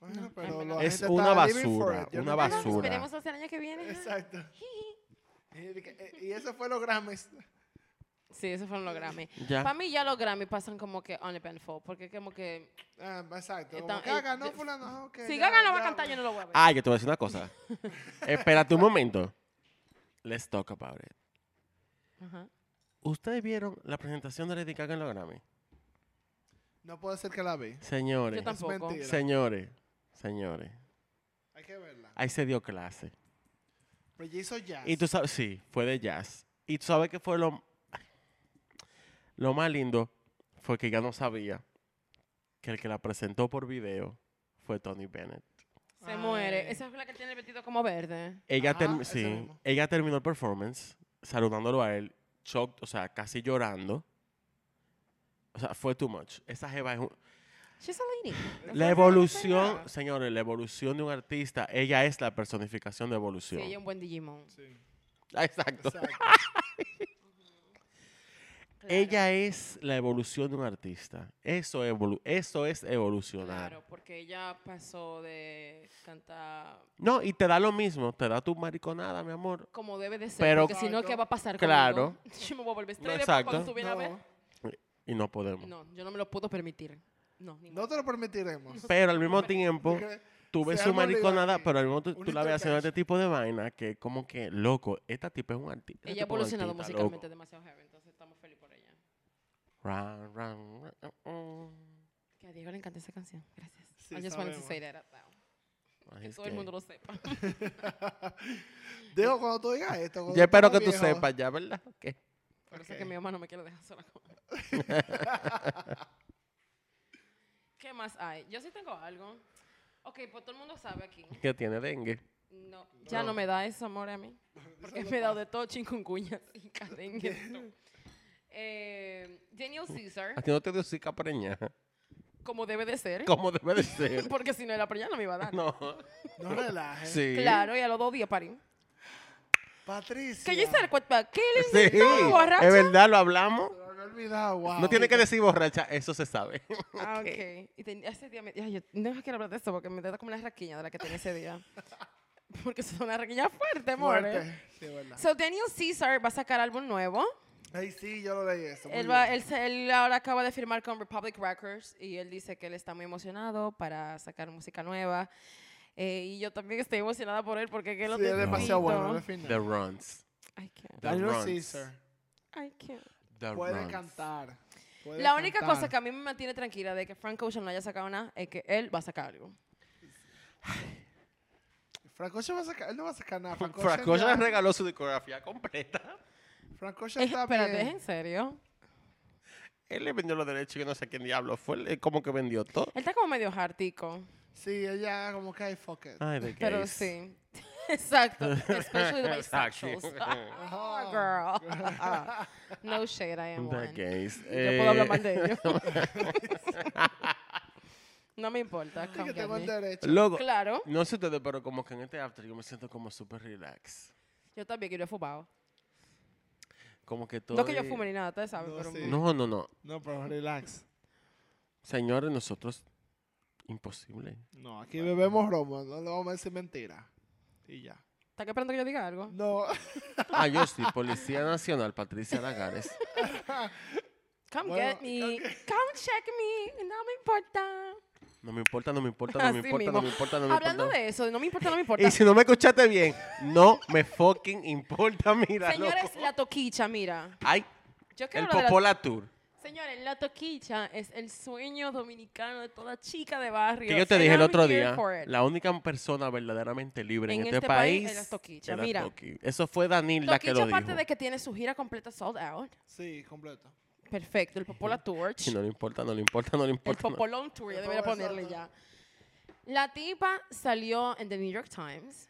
Speaker 2: Bueno,
Speaker 3: No,
Speaker 2: pero
Speaker 3: I'm
Speaker 2: la
Speaker 3: not.
Speaker 4: Es
Speaker 2: gente
Speaker 4: una
Speaker 2: está living for
Speaker 4: basura,
Speaker 2: it. Yo
Speaker 4: una
Speaker 2: no-
Speaker 4: basura.
Speaker 3: Esperemos hasta el año que viene.
Speaker 2: Exacto. y, dije, eh, y eso fue los Grammys.
Speaker 3: Sí, esos fueron los Grammy.
Speaker 4: Ya.
Speaker 3: Para mí ya los Grammy pasan como que uneventful, porque como que...
Speaker 2: Ah, exacto. Como
Speaker 3: Está-
Speaker 2: que ah,
Speaker 3: eh,
Speaker 2: ganó
Speaker 3: de-
Speaker 2: fulano. ah, ok,
Speaker 3: si
Speaker 2: ya,
Speaker 3: Gaga no va a
Speaker 2: ya.
Speaker 3: cantar, yo no lo voy a ver.
Speaker 4: Ah, yo te voy a decir una cosa. Espérate un momento. Let's talk about it.
Speaker 3: Ajá.
Speaker 4: ¿Ustedes vieron la presentación de Lady Gaga en los Grammy?
Speaker 2: No puedo decir que la vi.
Speaker 4: Señores,
Speaker 3: Yo tampoco.
Speaker 2: mentira.
Speaker 4: señores, señores.
Speaker 2: Hay que verla.
Speaker 4: Ahí se dio clase.
Speaker 2: Pero ya hizo jazz.
Speaker 4: Y tú sabes, sí, fue de jazz. Y tú sabes que fue lo... Lo más lindo fue que ya no sabía que el que la presentó por video fue Tony Bennett.
Speaker 3: Se
Speaker 2: Ay.
Speaker 3: muere. Esa es la que tiene el vestido como verde.
Speaker 4: Ella,
Speaker 2: Ajá,
Speaker 4: termi-
Speaker 2: ese
Speaker 4: sí,
Speaker 2: mismo.
Speaker 4: ella terminó el performance saludándolo a él, shocked, o sea, casi llorando. O sea, fue too much. Esa jeva es un-
Speaker 3: She's a lady.
Speaker 4: La
Speaker 2: no
Speaker 4: evolución,
Speaker 2: nada.
Speaker 4: señores, la evolución de un artista, ella es la personificación de
Speaker 3: Sí,
Speaker 4: evolución.
Speaker 3: ella es un buen Digimon.
Speaker 2: Sí,
Speaker 4: Ah, Exacto.
Speaker 2: exacto.
Speaker 3: Claro,
Speaker 4: Ella es la evolución de un artista. Eso, evolu- eso es evolucionar.
Speaker 3: Claro, porque ella pasó de cantar
Speaker 4: No, y te da lo mismo, te da tu mariconada, mi amor.
Speaker 3: como debe de ser.
Speaker 4: Pero-
Speaker 3: porque si no, ¿qué va a pasar
Speaker 4: Claro.
Speaker 3: conmigo? Yo me voy a volver
Speaker 4: No,
Speaker 3: estrella pues,
Speaker 4: exacto.
Speaker 3: cuando tú vienes a
Speaker 2: No,
Speaker 3: ver.
Speaker 4: Y no podemos.
Speaker 3: No, yo no me lo puedo permitir. No, ni
Speaker 2: no te lo permitiremos.
Speaker 4: Pero al mismo tiempo,
Speaker 2: Porque
Speaker 4: tú ves su
Speaker 2: Seamos libres
Speaker 4: mariconada,
Speaker 2: aquí.
Speaker 4: pero al mismo tiempo
Speaker 2: Un
Speaker 4: tú la ves haciendo
Speaker 2: intercambio.
Speaker 4: este tipo de vaina que es como que, loco, esta tipa es un arti- este
Speaker 3: Ella ha
Speaker 4: tipo de artista.
Speaker 3: evolucionado
Speaker 4: loco.
Speaker 3: musicalmente demasiado heavy, entonces estamos felices por ella.
Speaker 4: Ran, ran, ran, uh, uh.
Speaker 3: Que a Diego le encanta esa canción. Gracias.
Speaker 2: Sí,
Speaker 3: I just wanted to
Speaker 2: sabemos.
Speaker 3: say that out loud.
Speaker 4: Ah,
Speaker 3: Que
Speaker 4: es
Speaker 3: todo el
Speaker 4: que-
Speaker 3: mundo lo sepa.
Speaker 2: Digo, cuando tú digas esto. cuando
Speaker 4: Yo espero
Speaker 2: estemos
Speaker 4: que tú
Speaker 2: viejos,
Speaker 4: sepas ya, ¿verdad? ¿Qué?
Speaker 3: Por eso
Speaker 2: Ok.
Speaker 3: es que mi mamá no me quiere dejar sola con él. ¿Qué más hay? Yo sí tengo algo. Ok, pues todo el mundo sabe aquí.
Speaker 4: Que tiene dengue.
Speaker 3: No, ya no me da eso, amor, a mí. Porque me he dado de todo chikungunya y cadengue. no. Eh, Daniel Caesar,
Speaker 4: A ti no te dio zika preña.
Speaker 3: ¿Eh? como debe de ser.
Speaker 4: Como debe de ser.
Speaker 3: Porque si no era por allá no me iba a dar.
Speaker 4: No.
Speaker 2: No relajes.
Speaker 4: Sí.
Speaker 3: Claro, y a los dos días parí.
Speaker 2: Patricia.
Speaker 3: Que yo hice el cuerpo, ¿qué
Speaker 4: Sí.
Speaker 3: le inventó, borracha?
Speaker 4: Es verdad, lo hablamos.
Speaker 2: Se me había olvidado, wow.
Speaker 4: No tiene que decir borracha, eso se sabe.
Speaker 3: Ah, ok. Y ten- ese día me ay, yo no quiero hablar de eso porque me da como una raquiña de la que tenía ese día. Porque es una raquiña fuerte, more.
Speaker 2: Fuerte. Sí, verdad.
Speaker 3: So, Daniel Caesar va a sacar álbum nuevo.
Speaker 2: Ay, sí, yo lo leí eso. muy
Speaker 3: Él, va-
Speaker 2: bien.
Speaker 3: él se- él ahora acaba de firmar con Republic Records y él dice que él está muy emocionado para sacar música nueva. Eh, y yo también estoy emocionada por él porque es que lo
Speaker 2: Sí, es demasiado
Speaker 3: necesito.
Speaker 2: bueno, al final.
Speaker 4: The runs.
Speaker 3: I can't.
Speaker 4: The
Speaker 2: Daniel
Speaker 4: runs.
Speaker 2: Caesar.
Speaker 3: I can't.
Speaker 4: The
Speaker 2: Puede
Speaker 4: runs.
Speaker 2: cantar. puede
Speaker 3: La única
Speaker 2: cantar.
Speaker 3: cosa que a mí me mantiene tranquila de que Frank Ocean no haya sacado nada es que él va a sacar algo.
Speaker 2: Franco Ocean va a sacar. Él no va a sacar nada. Franco Ocean
Speaker 4: Franco
Speaker 2: ya-
Speaker 4: ya regaló su discografía completa.
Speaker 2: Franco Ocean está
Speaker 3: Eh, Espérate, ¿es
Speaker 2: bien.
Speaker 3: en serio?
Speaker 4: Él le vendió los derechos, yo no sé quién diablo fue, él como que vendió todo.
Speaker 3: Él está como medio hartico.
Speaker 2: Sí, ella como que hay fuck it.
Speaker 4: Ay, de
Speaker 3: Pero sí. Exacto. Especially
Speaker 4: Ah,
Speaker 3: the bisexuals. oh, girl. Ah. no shade, I am
Speaker 4: The
Speaker 3: one.
Speaker 4: gays.
Speaker 3: Yo puedo hablar
Speaker 4: Eh,
Speaker 3: mal de ellos. no me importa.
Speaker 2: Sí,
Speaker 3: come
Speaker 2: que
Speaker 3: get
Speaker 2: tengo el
Speaker 3: me.
Speaker 2: derecho.
Speaker 4: Luego,
Speaker 3: Claro.
Speaker 4: no sé ustedes, pero como que en este after yo me siento como súper relax.
Speaker 3: Yo también quiero fumado.
Speaker 4: Como que todo.
Speaker 3: No que yo fume ni nada, ustedes saben.
Speaker 2: No,
Speaker 3: pero
Speaker 2: sí.
Speaker 4: No, no, no.
Speaker 2: No, pero relax.
Speaker 4: Señores, nosotros. Imposible.
Speaker 2: No, aquí bebemos romo. No le vamos a decir mentira. Y ya.
Speaker 3: ¿Estás esperando que yo diga algo?
Speaker 2: No.
Speaker 4: Ah, yo sí, Policía Nacional, Patricia Lagares.
Speaker 3: Come
Speaker 2: Bueno,
Speaker 3: get me, come check me, no me importa.
Speaker 4: No me importa, no me importa, no me
Speaker 3: Así
Speaker 4: importa, no
Speaker 3: mismo.
Speaker 4: me importa, no me
Speaker 3: Hablando
Speaker 4: importa.
Speaker 3: de eso, de no me importa, no me importa.
Speaker 4: Y si no me escuchaste bien, no me fucking importa, mira,
Speaker 3: Señores,
Speaker 4: loco.
Speaker 3: la toquicha, mira.
Speaker 4: Ay,
Speaker 3: Yo quiero
Speaker 4: el
Speaker 3: hablar de la-
Speaker 4: Popola Tour.
Speaker 3: Señores, la toquicha es el sueño dominicano de toda chica de barrio.
Speaker 4: Que yo te
Speaker 3: and
Speaker 4: dije el
Speaker 3: I'm
Speaker 4: otro
Speaker 3: here
Speaker 4: día,
Speaker 3: for it.
Speaker 4: la única persona verdaderamente libre en,
Speaker 3: En
Speaker 4: este,
Speaker 3: este país
Speaker 4: país,
Speaker 3: es las toquichas,
Speaker 4: es las
Speaker 3: mira.
Speaker 4: toqui. Eso fue Danil la que
Speaker 3: Toquicha,
Speaker 4: lo
Speaker 3: aparte
Speaker 4: dijo.
Speaker 3: de que tiene su gira completa sold out.
Speaker 2: Sí, completo.
Speaker 3: Perfecto, el Popola Tour.
Speaker 4: Si no le importa, no le importa, no le
Speaker 3: El
Speaker 4: importa. no-
Speaker 3: Popolón Tour, ya
Speaker 2: El
Speaker 3: debería
Speaker 2: Popolón
Speaker 3: ponerle
Speaker 2: Tour.
Speaker 3: ya. La tipa salió en The New York Times.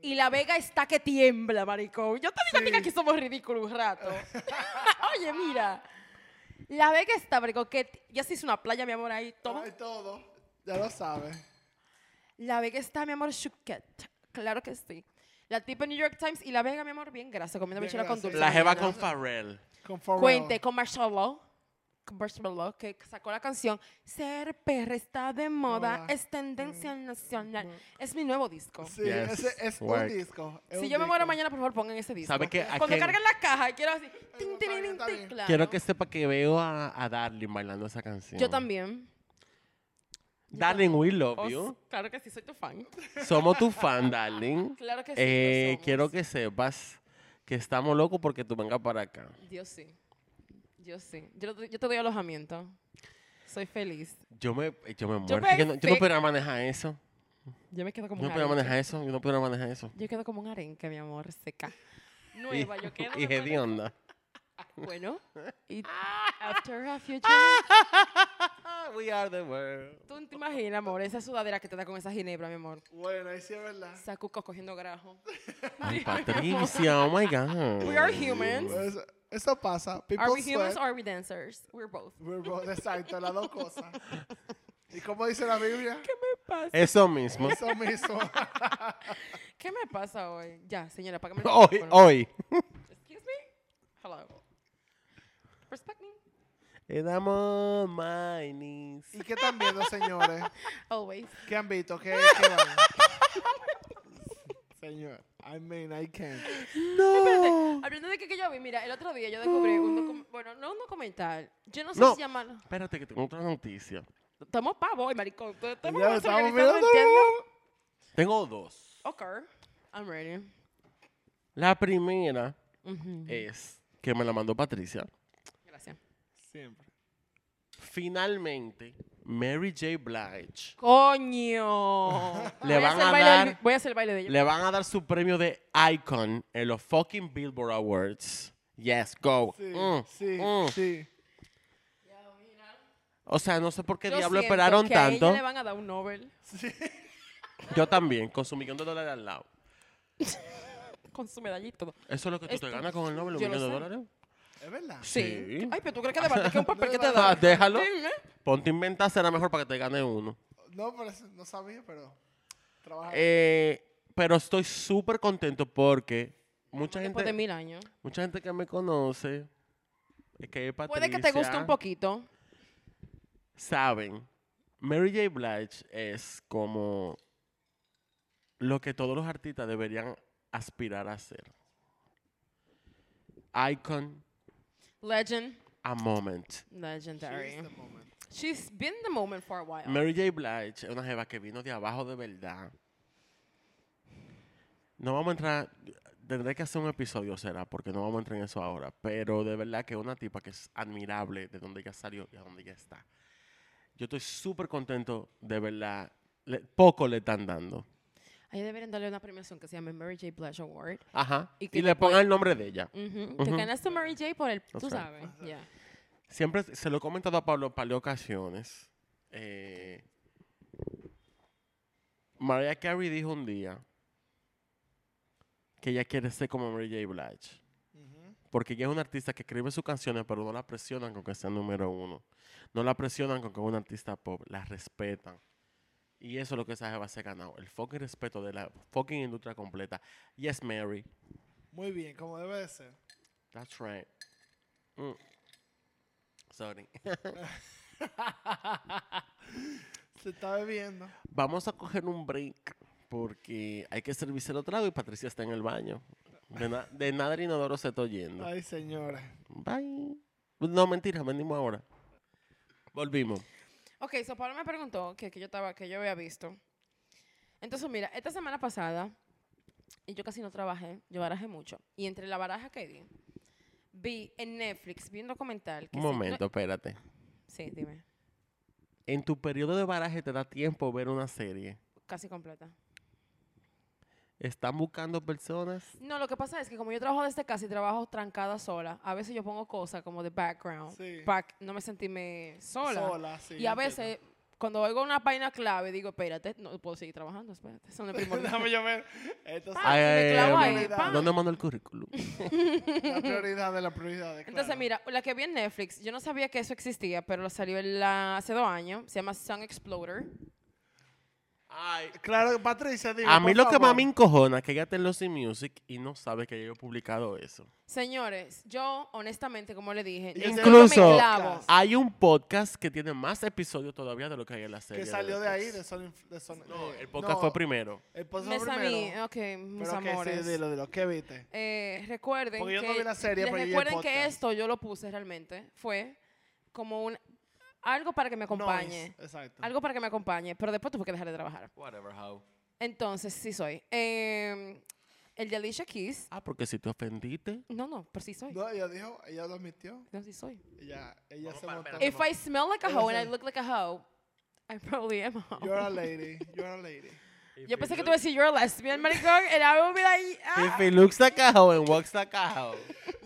Speaker 3: Y la vega está que tiembla, maricón. Yo te digo a ti que aquí somos ridículos un rato. Oye, mira. La vega está, maricón, que t- ya se hizo una playa, mi amor, ahí. Todo.
Speaker 2: Hay todo. Ya lo sabes.
Speaker 3: La Vega está, mi amor, chuquet. Claro que sí. La tipa en New York Times y La Vega, mi amor, bien grasa, comiendo
Speaker 2: Bien
Speaker 3: bichuela con
Speaker 2: grasa.
Speaker 3: dulce.
Speaker 4: La jeva
Speaker 3: mañana.
Speaker 4: con Farrell.
Speaker 2: Con Pharrell.
Speaker 3: Cuente con Marshmallow, con Marshmallow, que sacó la canción Ser perra está de moda,
Speaker 2: Moda.
Speaker 3: es tendencia nacional.
Speaker 2: Moda.
Speaker 3: Es mi nuevo disco.
Speaker 2: Sí,
Speaker 4: Yes,
Speaker 2: ese es un
Speaker 4: work.
Speaker 2: disco. es
Speaker 3: si
Speaker 2: un
Speaker 3: yo me muero
Speaker 2: disco.
Speaker 3: mañana, por favor, pongan ese disco.
Speaker 4: ¿Sabe que
Speaker 3: Cuando
Speaker 4: aquel-
Speaker 3: cargan la caja, quiero así. tin,
Speaker 2: está
Speaker 3: tin,
Speaker 2: bien,
Speaker 3: tin,
Speaker 2: está
Speaker 3: tin,
Speaker 2: bien.
Speaker 3: claro.
Speaker 4: Quiero que sepa que veo a, a Darling bailando esa canción.
Speaker 3: Yo también.
Speaker 4: Darling, we love
Speaker 3: Oh,
Speaker 4: you.
Speaker 3: claro que sí, soy tu fan.
Speaker 4: Somos tu fan, Darling.
Speaker 3: Claro que sí. lo
Speaker 4: Eh,
Speaker 3: somos.
Speaker 4: quiero que sepas que estamos locos porque tú vengas para acá.
Speaker 3: Dios sí. Dios sí. Yo, te- yo te doy alojamiento. Soy feliz.
Speaker 4: Yo me, yo me muero.
Speaker 3: me
Speaker 4: Yo, no, yo no
Speaker 3: fui-
Speaker 4: pudiera manejar eso.
Speaker 3: Yo me quedo como
Speaker 4: Yo no
Speaker 3: un
Speaker 4: pudiera
Speaker 3: arenque.
Speaker 4: manejar eso. Yo no pudiera manejar eso.
Speaker 3: Yo quedo como un arenque, mi amor, seca. Nueva, yo quedo. de
Speaker 4: Y
Speaker 3: manera-
Speaker 4: hedionda.
Speaker 3: Bueno, y after a future.
Speaker 4: Ah, We are the world.
Speaker 3: Tú te imaginas, amor, esa sudadera que te da con esa ginebra, mi amor.
Speaker 2: Bueno, ahí sí es verdad.
Speaker 3: Sacuco cogiendo grajo.
Speaker 4: Ay, Patricia, oh my God.
Speaker 3: We are humans.
Speaker 2: Eso, eso Pues, pasa. People
Speaker 3: Are we humans
Speaker 2: sweat.
Speaker 3: or are we dancers? We're both.
Speaker 2: We're both- Exacto, las dos cosas. ¿Y cómo dice la Biblia?
Speaker 3: ¿Qué me pasa?
Speaker 4: Eso mismo.
Speaker 2: Eso mismo.
Speaker 3: ¿Qué me pasa hoy? Ya, señora, apágame el
Speaker 4: Hoy,
Speaker 3: micrófono.
Speaker 4: hoy.
Speaker 3: Excuse me. Hello. Respect me.
Speaker 4: And I'm on my knees.
Speaker 2: ¿Y qué están viendo, señores?
Speaker 3: Always.
Speaker 2: ¿Qué han visto? ¿Qué, qué van? Señor, I mean, I can't.
Speaker 4: No.
Speaker 3: Hablando de que, que yo vi, mira, el otro día yo descubrí un documental, bueno, no un documental, yo no sé
Speaker 4: Oh. No.
Speaker 3: si llamarlo.
Speaker 4: Espérate que tengo otra noticia.
Speaker 3: Estamos pavo hoy, maricón. Estamos
Speaker 2: Ya lo estamos
Speaker 3: desorganizados,
Speaker 2: viendo.
Speaker 3: ¿entiendes?
Speaker 4: Tengo dos.
Speaker 3: Ok, I'm ready.
Speaker 4: La primera
Speaker 3: Ujú.
Speaker 4: es que me la mandó Patricia.
Speaker 3: Gracias.
Speaker 2: Siempre.
Speaker 4: Finalmente, Mary J. Blige
Speaker 3: Coño.
Speaker 4: Le
Speaker 3: Voy
Speaker 4: van
Speaker 3: hacer
Speaker 4: a
Speaker 3: baile de-
Speaker 4: dar-
Speaker 3: voy a hacer el baile de ella.
Speaker 4: le van a dar su premio de Icon en los fucking Billboard Awards. Yes, go.
Speaker 2: Sí,
Speaker 4: Mm,
Speaker 2: sí,
Speaker 4: mm.
Speaker 2: sí.
Speaker 4: O sea, no sé por qué
Speaker 3: Yo
Speaker 4: diablo
Speaker 3: siento
Speaker 4: esperaron
Speaker 3: que
Speaker 4: tanto.
Speaker 3: A ella le van a dar un Nobel
Speaker 4: Yo también, con su millón de dólares al lado.
Speaker 3: con su medallito. y todo.
Speaker 4: ¿Eso es lo que tú
Speaker 3: Esto-
Speaker 4: te ganas con el Nobel, un
Speaker 3: yo lo
Speaker 4: millón de
Speaker 3: sé.
Speaker 4: dólares?
Speaker 2: Es verdad.
Speaker 4: Sí.
Speaker 3: Ay, pero tú crees que de verdad que un papel que te
Speaker 4: Ah,
Speaker 3: da.
Speaker 4: déjalo.
Speaker 3: Dime.
Speaker 4: Ponte a inventar, será mejor para que te gane uno.
Speaker 2: No, pero eso- no sabía, pero.
Speaker 3: Ah.
Speaker 2: Trabaja.
Speaker 4: Eh, pero estoy súper contento porque mucha
Speaker 3: Después de
Speaker 4: gente,
Speaker 3: mil años.
Speaker 4: mucha gente que me conoce, eh, que es
Speaker 3: Puede que te guste
Speaker 4: Patricia,
Speaker 3: un poquito.
Speaker 4: Saben, Mary J. Blige es como lo que todos los artistas deberían aspirar a ser. Icon,
Speaker 3: Legend.
Speaker 4: a moment.
Speaker 3: Legendary.
Speaker 2: She's the moment.
Speaker 3: She's been the moment for a while.
Speaker 4: Mary J. Blige es una jeva que vino de abajo de verdad. No vamos a entrar, tendré que hacer un episodio, será, porque no vamos a entrar en eso ahora. Pero de verdad que es una tipa que es admirable de donde ella salió y a donde ella está. Yo estoy súper contento, de verdad. Le- poco le están dando.
Speaker 3: A ella deberían darle una premiación que se llama Mary J. Blige Award.
Speaker 4: Ajá.
Speaker 3: Y
Speaker 4: Y,
Speaker 3: que
Speaker 4: le
Speaker 3: después-
Speaker 4: pongan el nombre de ella.
Speaker 3: Ujú, Que
Speaker 4: Ujú.
Speaker 3: ganaste Mary J. por el... Tú
Speaker 4: right.
Speaker 3: sabes. Yeah.
Speaker 4: Siempre se lo he comentado a Pablo en par de ocasiones. Eh, Mariah Carey dijo un día que ella quiere ser como Mary J. Blige.
Speaker 2: Ujú.
Speaker 4: Porque ella es una artista que escribe sus canciones, pero no la presionan con que sea número uno. No la presionan con que es una artista pop. La respetan. Y eso es lo que esa jeva se ha ganado. El fucking respeto de la fucking industria completa. Yes, Mary.
Speaker 2: Muy bien, como debe de ser.
Speaker 4: That's right. Mm. Sorry.
Speaker 2: Se está bebiendo.
Speaker 4: Vamos a coger un break Porque hay que servirse el trago y Patricia está en el baño. De, na- de nada el inodoro se está oyendo.
Speaker 2: Ay, señora.
Speaker 4: Bye. No, mentira, venimos ahora. Volvimos.
Speaker 3: Ok, so Pablo me preguntó que, que yo estaba, que yo había visto. Entonces, mira, esta semana pasada, y yo casi no trabajé, yo barajé mucho. Y entre la baraja que di, vi en Netflix, vi un documental. Que
Speaker 4: Un
Speaker 3: se-
Speaker 4: momento, espérate.
Speaker 3: no- sí, dime,
Speaker 4: En tu periodo de baraje te da tiempo ver una serie.
Speaker 3: casi completa.
Speaker 4: ¿Están buscando personas?
Speaker 3: No, lo que pasa es que como yo trabajo desde casa y trabajo trancada sola, a veces yo pongo cosas como de background
Speaker 2: Sí.
Speaker 3: para no me sentirme sola.
Speaker 2: Sola, sí.
Speaker 3: y a
Speaker 2: entiendo.
Speaker 3: veces, cuando oigo una página clave, digo, espérate, no puedo seguir trabajando, espérate, eso no es primordial.
Speaker 2: Déjame yo ver. Esto es
Speaker 3: Ah, Ay, me clavo
Speaker 4: ay,
Speaker 2: ahí, pa.
Speaker 4: ¿Dónde mando el currículum?
Speaker 2: la prioridad de la prioridad.
Speaker 3: Entonces, mira, la que vi en Netflix, yo no sabía que eso existía, pero lo salió en la- hace dos años. Se llama Sun Exploder.
Speaker 4: Ay.
Speaker 2: Claro, Patricia, dime,
Speaker 4: A mí
Speaker 2: por
Speaker 4: lo que más
Speaker 2: favor.
Speaker 4: me encojona es que ella está en Lucy Music y no sabe que yo he publicado eso.
Speaker 3: Señores, yo, honestamente, como le dije,
Speaker 2: Y
Speaker 3: yo
Speaker 2: ese-
Speaker 4: Incluso-
Speaker 3: me clavo.
Speaker 2: Ah,
Speaker 4: Hay un podcast que tiene más episodios todavía de lo que hay en la serie.
Speaker 2: Que salió de ahí,
Speaker 4: Netflix.
Speaker 2: de Sony. De Sony
Speaker 4: No,
Speaker 2: eh,
Speaker 4: el podcast fue primero.
Speaker 2: El podcast
Speaker 3: Me
Speaker 2: fue
Speaker 3: sabí,
Speaker 2: primero.
Speaker 3: ok, mis
Speaker 2: Pero que
Speaker 3: amores.
Speaker 2: sí, dilo, dilo. ¿Qué viste?
Speaker 3: Eh, recuerden
Speaker 2: Porque
Speaker 3: que,
Speaker 2: yo no vi la serie,
Speaker 3: les
Speaker 2: pero vi el
Speaker 3: recuerden que
Speaker 2: podcast.
Speaker 3: esto yo lo puse realmente. Fue como un algo para que me acompañe.
Speaker 2: Noise, Exacto.
Speaker 3: Algo para que me acompañe, pero después tuve que dejar de trabajar.
Speaker 4: Whatever, how.
Speaker 3: Entonces, sí soy. Eh, el de Alicia Keys.
Speaker 4: Ah, porque si te ofendiste.
Speaker 3: No, no, pero sí soy.
Speaker 2: No, ella dijo, ella lo admitió.
Speaker 3: No, sí soy.
Speaker 2: Ella, ella
Speaker 4: Vamos
Speaker 2: se
Speaker 4: para-
Speaker 2: montó.
Speaker 4: para-
Speaker 3: If I smell like a
Speaker 2: Ella
Speaker 3: hoe and I
Speaker 2: sabe.
Speaker 3: look like a hoe, I probably am a hoe.
Speaker 2: You're a lady. You're a lady.
Speaker 3: Yo pensé que tú ibas a decir you're a lesbian, maricón, and I would be like,
Speaker 4: If
Speaker 3: ah.
Speaker 4: he looks like a hoe and walks like a hoe.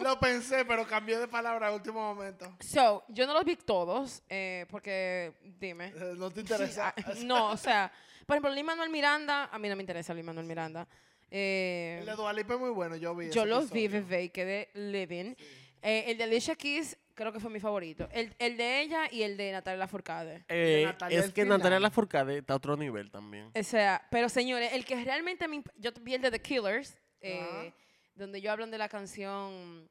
Speaker 2: lo pensé, pero cambié de palabra al último momento.
Speaker 3: So, yo no los vi todos, eh, porque, dime.
Speaker 2: Eh, No te interesa.
Speaker 3: Ah, no, o sea, por ejemplo, Luis Manuel Miranda, a mí no me interesa Luis Manuel Miranda. Eh,
Speaker 2: El de Dualipa es muy bueno, yo vi.
Speaker 3: yo
Speaker 2: ese
Speaker 3: los vi,
Speaker 2: episodio.
Speaker 3: bebé, y quedé living. Eh, el de Alicia Keys creo que fue mi favorito. El, el de ella y el de Natalia Lafourcade.
Speaker 4: Eh,
Speaker 2: Natalia
Speaker 4: es que
Speaker 2: Espinal.
Speaker 4: Natalia Lafourcade está a otro nivel también.
Speaker 3: O sea, pero señores, el que realmente me... imp- Yo vi el de The Killers, eh,
Speaker 2: Ajá.
Speaker 3: donde yo hablan de la canción...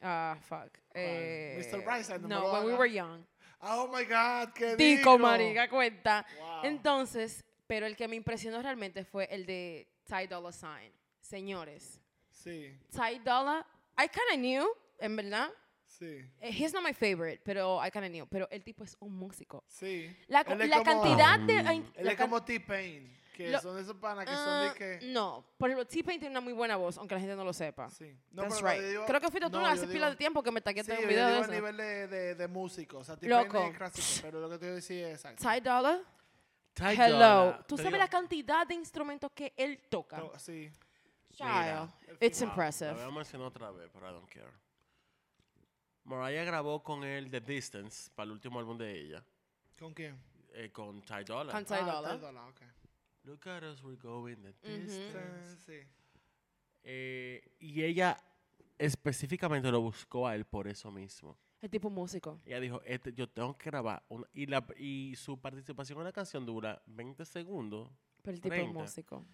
Speaker 3: Ah, fuck. Eh,
Speaker 2: Mr. Brightside,
Speaker 3: No,
Speaker 2: número
Speaker 3: When We
Speaker 2: uno.
Speaker 3: Were Young.
Speaker 2: Oh my god, qué
Speaker 3: Tico,
Speaker 2: rico.
Speaker 3: marica, cuenta.
Speaker 2: Wow.
Speaker 3: Entonces, pero el que me impresionó realmente fue el de Ty Dolla Sign. Señores,
Speaker 2: Sí,
Speaker 3: Ty Dolla, I kinda knew, en verdad.
Speaker 2: sí,
Speaker 3: Eh, He's not my favorite, pero I kinda knew. Pero el tipo es un músico.
Speaker 2: sí.
Speaker 3: La, co-
Speaker 2: Él es
Speaker 3: la
Speaker 2: como-
Speaker 3: cantidad de...
Speaker 4: Ah.
Speaker 3: ay,
Speaker 2: Él
Speaker 3: la
Speaker 2: es
Speaker 3: can-
Speaker 2: como T-Pain, que
Speaker 3: Lo-
Speaker 2: son esos panas que son
Speaker 3: Ah,
Speaker 2: de que...
Speaker 3: No, por ejemplo, T-Pain tiene una muy buena voz, aunque la gente no lo sepa.
Speaker 2: Sí. No,
Speaker 3: mm, That's
Speaker 2: pero
Speaker 3: right.
Speaker 2: yo digo-
Speaker 3: Creo que fuiste tú
Speaker 2: no,
Speaker 3: hace
Speaker 2: yo
Speaker 3: pila de
Speaker 2: digo-
Speaker 3: tiempo que me taquete
Speaker 2: Sí,
Speaker 3: un
Speaker 2: yo
Speaker 3: video de
Speaker 2: digo a
Speaker 3: eso.
Speaker 2: nivel de, de, de músico, o sea,
Speaker 3: Loco.
Speaker 2: T-Pain es clásico, pero lo que te voy a decir es exacto.
Speaker 3: Ty Dolla,
Speaker 4: Ty
Speaker 3: hello.
Speaker 4: Dolla,
Speaker 3: Tú
Speaker 4: te
Speaker 3: sabes
Speaker 4: digo-
Speaker 3: la cantidad de instrumentos que él toca.
Speaker 2: No, sí.
Speaker 3: Child,
Speaker 4: el
Speaker 3: it's
Speaker 4: final,
Speaker 3: impressive.
Speaker 4: La voy a mencionar otra vez, pero I don't care. Mariah grabó con él The Distance para el último álbum de ella,
Speaker 2: ¿Con quién?
Speaker 4: eh, con Ty Dolla.
Speaker 3: Con Ty Mm. Dolla.
Speaker 2: Ty Dolla, ok.
Speaker 4: Look at us, we're going the
Speaker 3: Ujú.
Speaker 4: distance.
Speaker 2: Sí, sí.
Speaker 4: Eh, y ella específicamente lo buscó a él por eso mismo.
Speaker 3: El tipo músico.
Speaker 4: Ella dijo, "Este, yo tengo que grabar. una-". y, la, y su participación en la canción dura 20 segundos.
Speaker 3: Pero el tipo es
Speaker 4: 30.
Speaker 3: músico.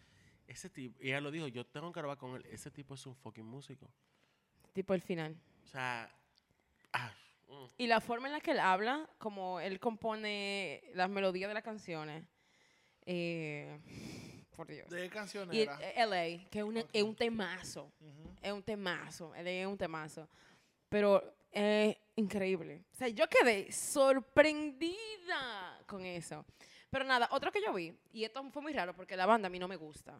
Speaker 4: Ese tipo, y ella lo dijo, yo tengo que grabar con él. Ese tipo es un fucking músico.
Speaker 3: Tipo el final.
Speaker 4: O sea, ah, mm.
Speaker 3: Y la forma en la que él habla, como él compone las melodías de las canciones. eh, por Dios.
Speaker 2: ¿De qué canción
Speaker 3: Y
Speaker 2: era?
Speaker 3: eh, LA, que es, una- es un temazo.
Speaker 2: Ujú.
Speaker 3: Es un temazo. LA es un temazo. Pero es increíble. O sea, yo quedé sorprendida con eso. Pero nada, otro que yo vi, y esto fue muy raro porque la banda a mí no me gusta.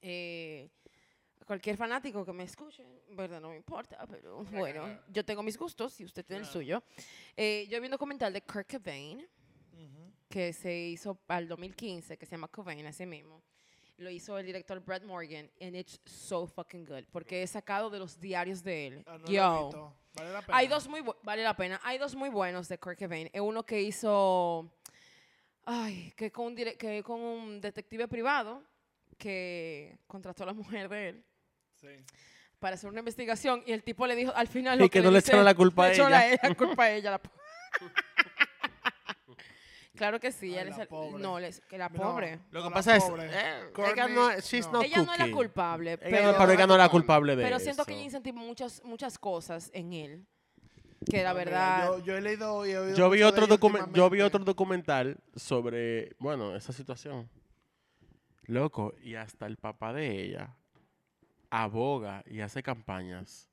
Speaker 3: Eh, cualquier fanático que me escuche, en verdad no me importa, pero bueno, yo tengo mis gustos y usted tiene el suyo. Eh, yo vi un documental de Kurt Cobain
Speaker 2: Ujú.
Speaker 3: que se hizo al 2015, que se llama Cobain, así mismo. Lo hizo el director Brad Morgan, and it's so fucking good, porque he sacado de los diarios de él.
Speaker 2: Ah, no lo he
Speaker 3: Yo.
Speaker 2: visto. Vale la pena.
Speaker 3: Hay dos muy bu- vale la pena. Hay dos muy buenos de Kurt Cobain. Eh, Uno que hizo ay, que con un dire- que con un detective privado que contrató a la mujer de él
Speaker 2: Sí.
Speaker 3: para hacer una investigación y el tipo le dijo al final lo
Speaker 4: Y que no le
Speaker 3: dice,
Speaker 4: echaron la culpa a
Speaker 3: le echó la-
Speaker 4: ella.
Speaker 3: la culpa a ella. la po- claro que sí,
Speaker 2: Ay,
Speaker 3: él es
Speaker 2: la
Speaker 3: el-
Speaker 2: pobre.
Speaker 3: no, les- que la
Speaker 2: No.
Speaker 3: pobre.
Speaker 4: Lo
Speaker 2: No,
Speaker 4: que
Speaker 2: la
Speaker 4: pasa es,
Speaker 2: pobre.
Speaker 4: eh, ella
Speaker 2: Courtney,
Speaker 4: no, she's
Speaker 2: no.
Speaker 4: not
Speaker 3: ella no es la
Speaker 4: cookie.
Speaker 3: culpable,
Speaker 4: Ella no-
Speaker 3: pero,
Speaker 4: pero ella no era culpable de
Speaker 3: pero siento que
Speaker 4: eso.
Speaker 3: ella incentivó muchas muchas cosas en él. Que la
Speaker 2: No, mira,
Speaker 3: verdad
Speaker 2: yo, yo he leído y he oído
Speaker 4: Yo vi
Speaker 2: mucho de
Speaker 4: otro
Speaker 2: ella
Speaker 4: documental, yo vi
Speaker 2: últimamente.
Speaker 4: otro documental sobre, bueno, esa situación. Loco, y hasta el papá de ella aboga y hace campañas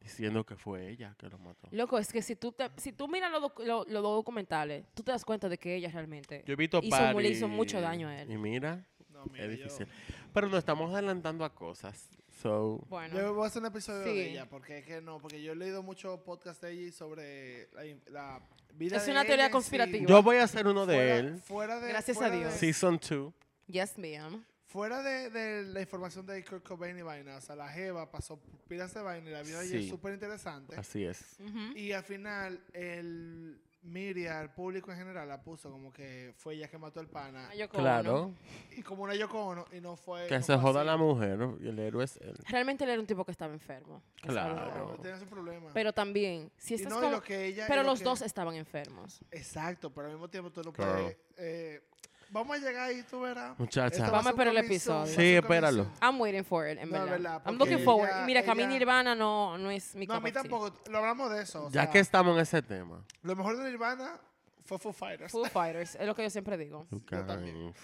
Speaker 4: diciendo que fue ella que lo mató.
Speaker 3: Loco, es que si tú, te- si tú miras los docu- lo- los documentales, tú te das cuenta de que ella realmente...
Speaker 4: Yo he visto
Speaker 3: Hizo mu- le hizo
Speaker 4: party
Speaker 3: mucho daño a él.
Speaker 4: Y mira,
Speaker 2: No,
Speaker 4: es
Speaker 2: yo-
Speaker 4: difícil. Pero nos estamos adelantando a cosas. So,
Speaker 3: Bueno,
Speaker 2: Yo voy a hacer un episodio
Speaker 3: Sí.
Speaker 2: de ella, porque es que no, porque yo he leído muchos podcasts de ella y sobre la, in- la vida
Speaker 3: Es
Speaker 2: de
Speaker 3: una teoría
Speaker 2: ella, sí.
Speaker 3: conspirativa.
Speaker 4: yo voy a hacer uno de
Speaker 2: Fuera,
Speaker 4: él.
Speaker 2: fuera de,
Speaker 3: Gracias
Speaker 2: fuera
Speaker 3: a Dios.
Speaker 2: de-
Speaker 4: Season 2.
Speaker 3: yes, ma'am.
Speaker 2: Fuera de, de la información de Kurt Cobain y vaina, o sea, la Jeva pasó pilas de vaina y la vida de ella
Speaker 4: Sí.
Speaker 2: es súper interesante.
Speaker 4: Así es.
Speaker 3: Ujú.
Speaker 2: Y al final, el Miria, el público en general, la puso como que fue ella que mató al pana.
Speaker 3: Ay, yo como, ¿no?
Speaker 4: Claro.
Speaker 2: Y como una Yoko Ono, y no fue.
Speaker 4: Que
Speaker 2: no
Speaker 4: se
Speaker 2: fue
Speaker 4: joda
Speaker 2: así.
Speaker 4: la mujer ¿no? y el héroe es él.
Speaker 3: Realmente él era un tipo que estaba enfermo.
Speaker 4: Ah.
Speaker 3: Eso era lo
Speaker 2: No,
Speaker 4: Claro.
Speaker 3: malo.
Speaker 2: no tenía ese problema.
Speaker 3: Pero también, si
Speaker 2: Y
Speaker 3: estás
Speaker 2: no, y
Speaker 3: como-
Speaker 2: lo que ella- y
Speaker 3: Pero
Speaker 2: lo
Speaker 3: los
Speaker 2: que-
Speaker 3: dos estaban enfermos.
Speaker 2: Exacto, pero al mismo tiempo tú no
Speaker 4: Claro.
Speaker 2: puedes. eh, vamos a llegar ahí, tú verás.
Speaker 4: Muchacha.
Speaker 2: Esto va a
Speaker 3: Vamos a
Speaker 2: ser un
Speaker 3: esperar el
Speaker 2: coming soon, va a
Speaker 3: episodio.
Speaker 2: ser
Speaker 4: Sí,
Speaker 2: un coming
Speaker 4: espéralo.
Speaker 2: soon.
Speaker 3: I'm waiting for it, en
Speaker 2: No,
Speaker 3: verdad.
Speaker 2: verdad,
Speaker 3: I'm
Speaker 2: porque
Speaker 3: looking forward.
Speaker 2: ella-
Speaker 3: Y Mira, que a mí
Speaker 2: ella-
Speaker 3: Nirvana no, no es mi
Speaker 2: No, a mí
Speaker 3: cup of tea.
Speaker 2: tampoco. Lo hablamos de eso. o
Speaker 4: Ya
Speaker 2: sea,
Speaker 4: que estamos en ese tema.
Speaker 2: Lo mejor de Nirvana fue Foo Fighters.
Speaker 3: Foo Fighters, es lo que yo siempre digo.
Speaker 2: yo también.
Speaker 4: Ok.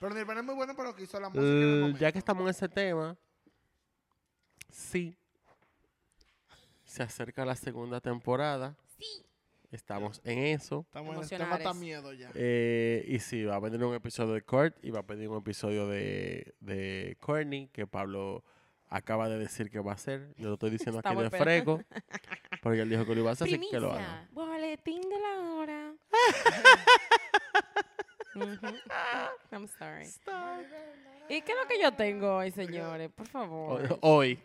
Speaker 2: Pero Nirvana es muy bueno para lo que hizo la música. en el
Speaker 4: L-
Speaker 2: momento.
Speaker 4: ya que estamos en ese tema, sí. Se acerca la segunda temporada.
Speaker 3: Sí.
Speaker 4: Estamos en eso.
Speaker 2: Estamos en este
Speaker 3: Emocionales.
Speaker 2: mata miedo ya.
Speaker 4: Eh, y sí, va a venir un episodio de Kurt y va a pedir un episodio de, de Courtney, que Pablo acaba de decir que va a hacer. Yo lo estoy diciendo aquí
Speaker 3: Estamos
Speaker 4: de
Speaker 3: esperando.
Speaker 4: freco, pero él dijo que lo iba a hacer, así que lo
Speaker 3: Primicia.
Speaker 4: haga.
Speaker 3: Boletín de la hora. Ujú. I'm sorry. ¿Y qué es lo que yo tengo hoy, señores? Por favor.
Speaker 4: Hoy.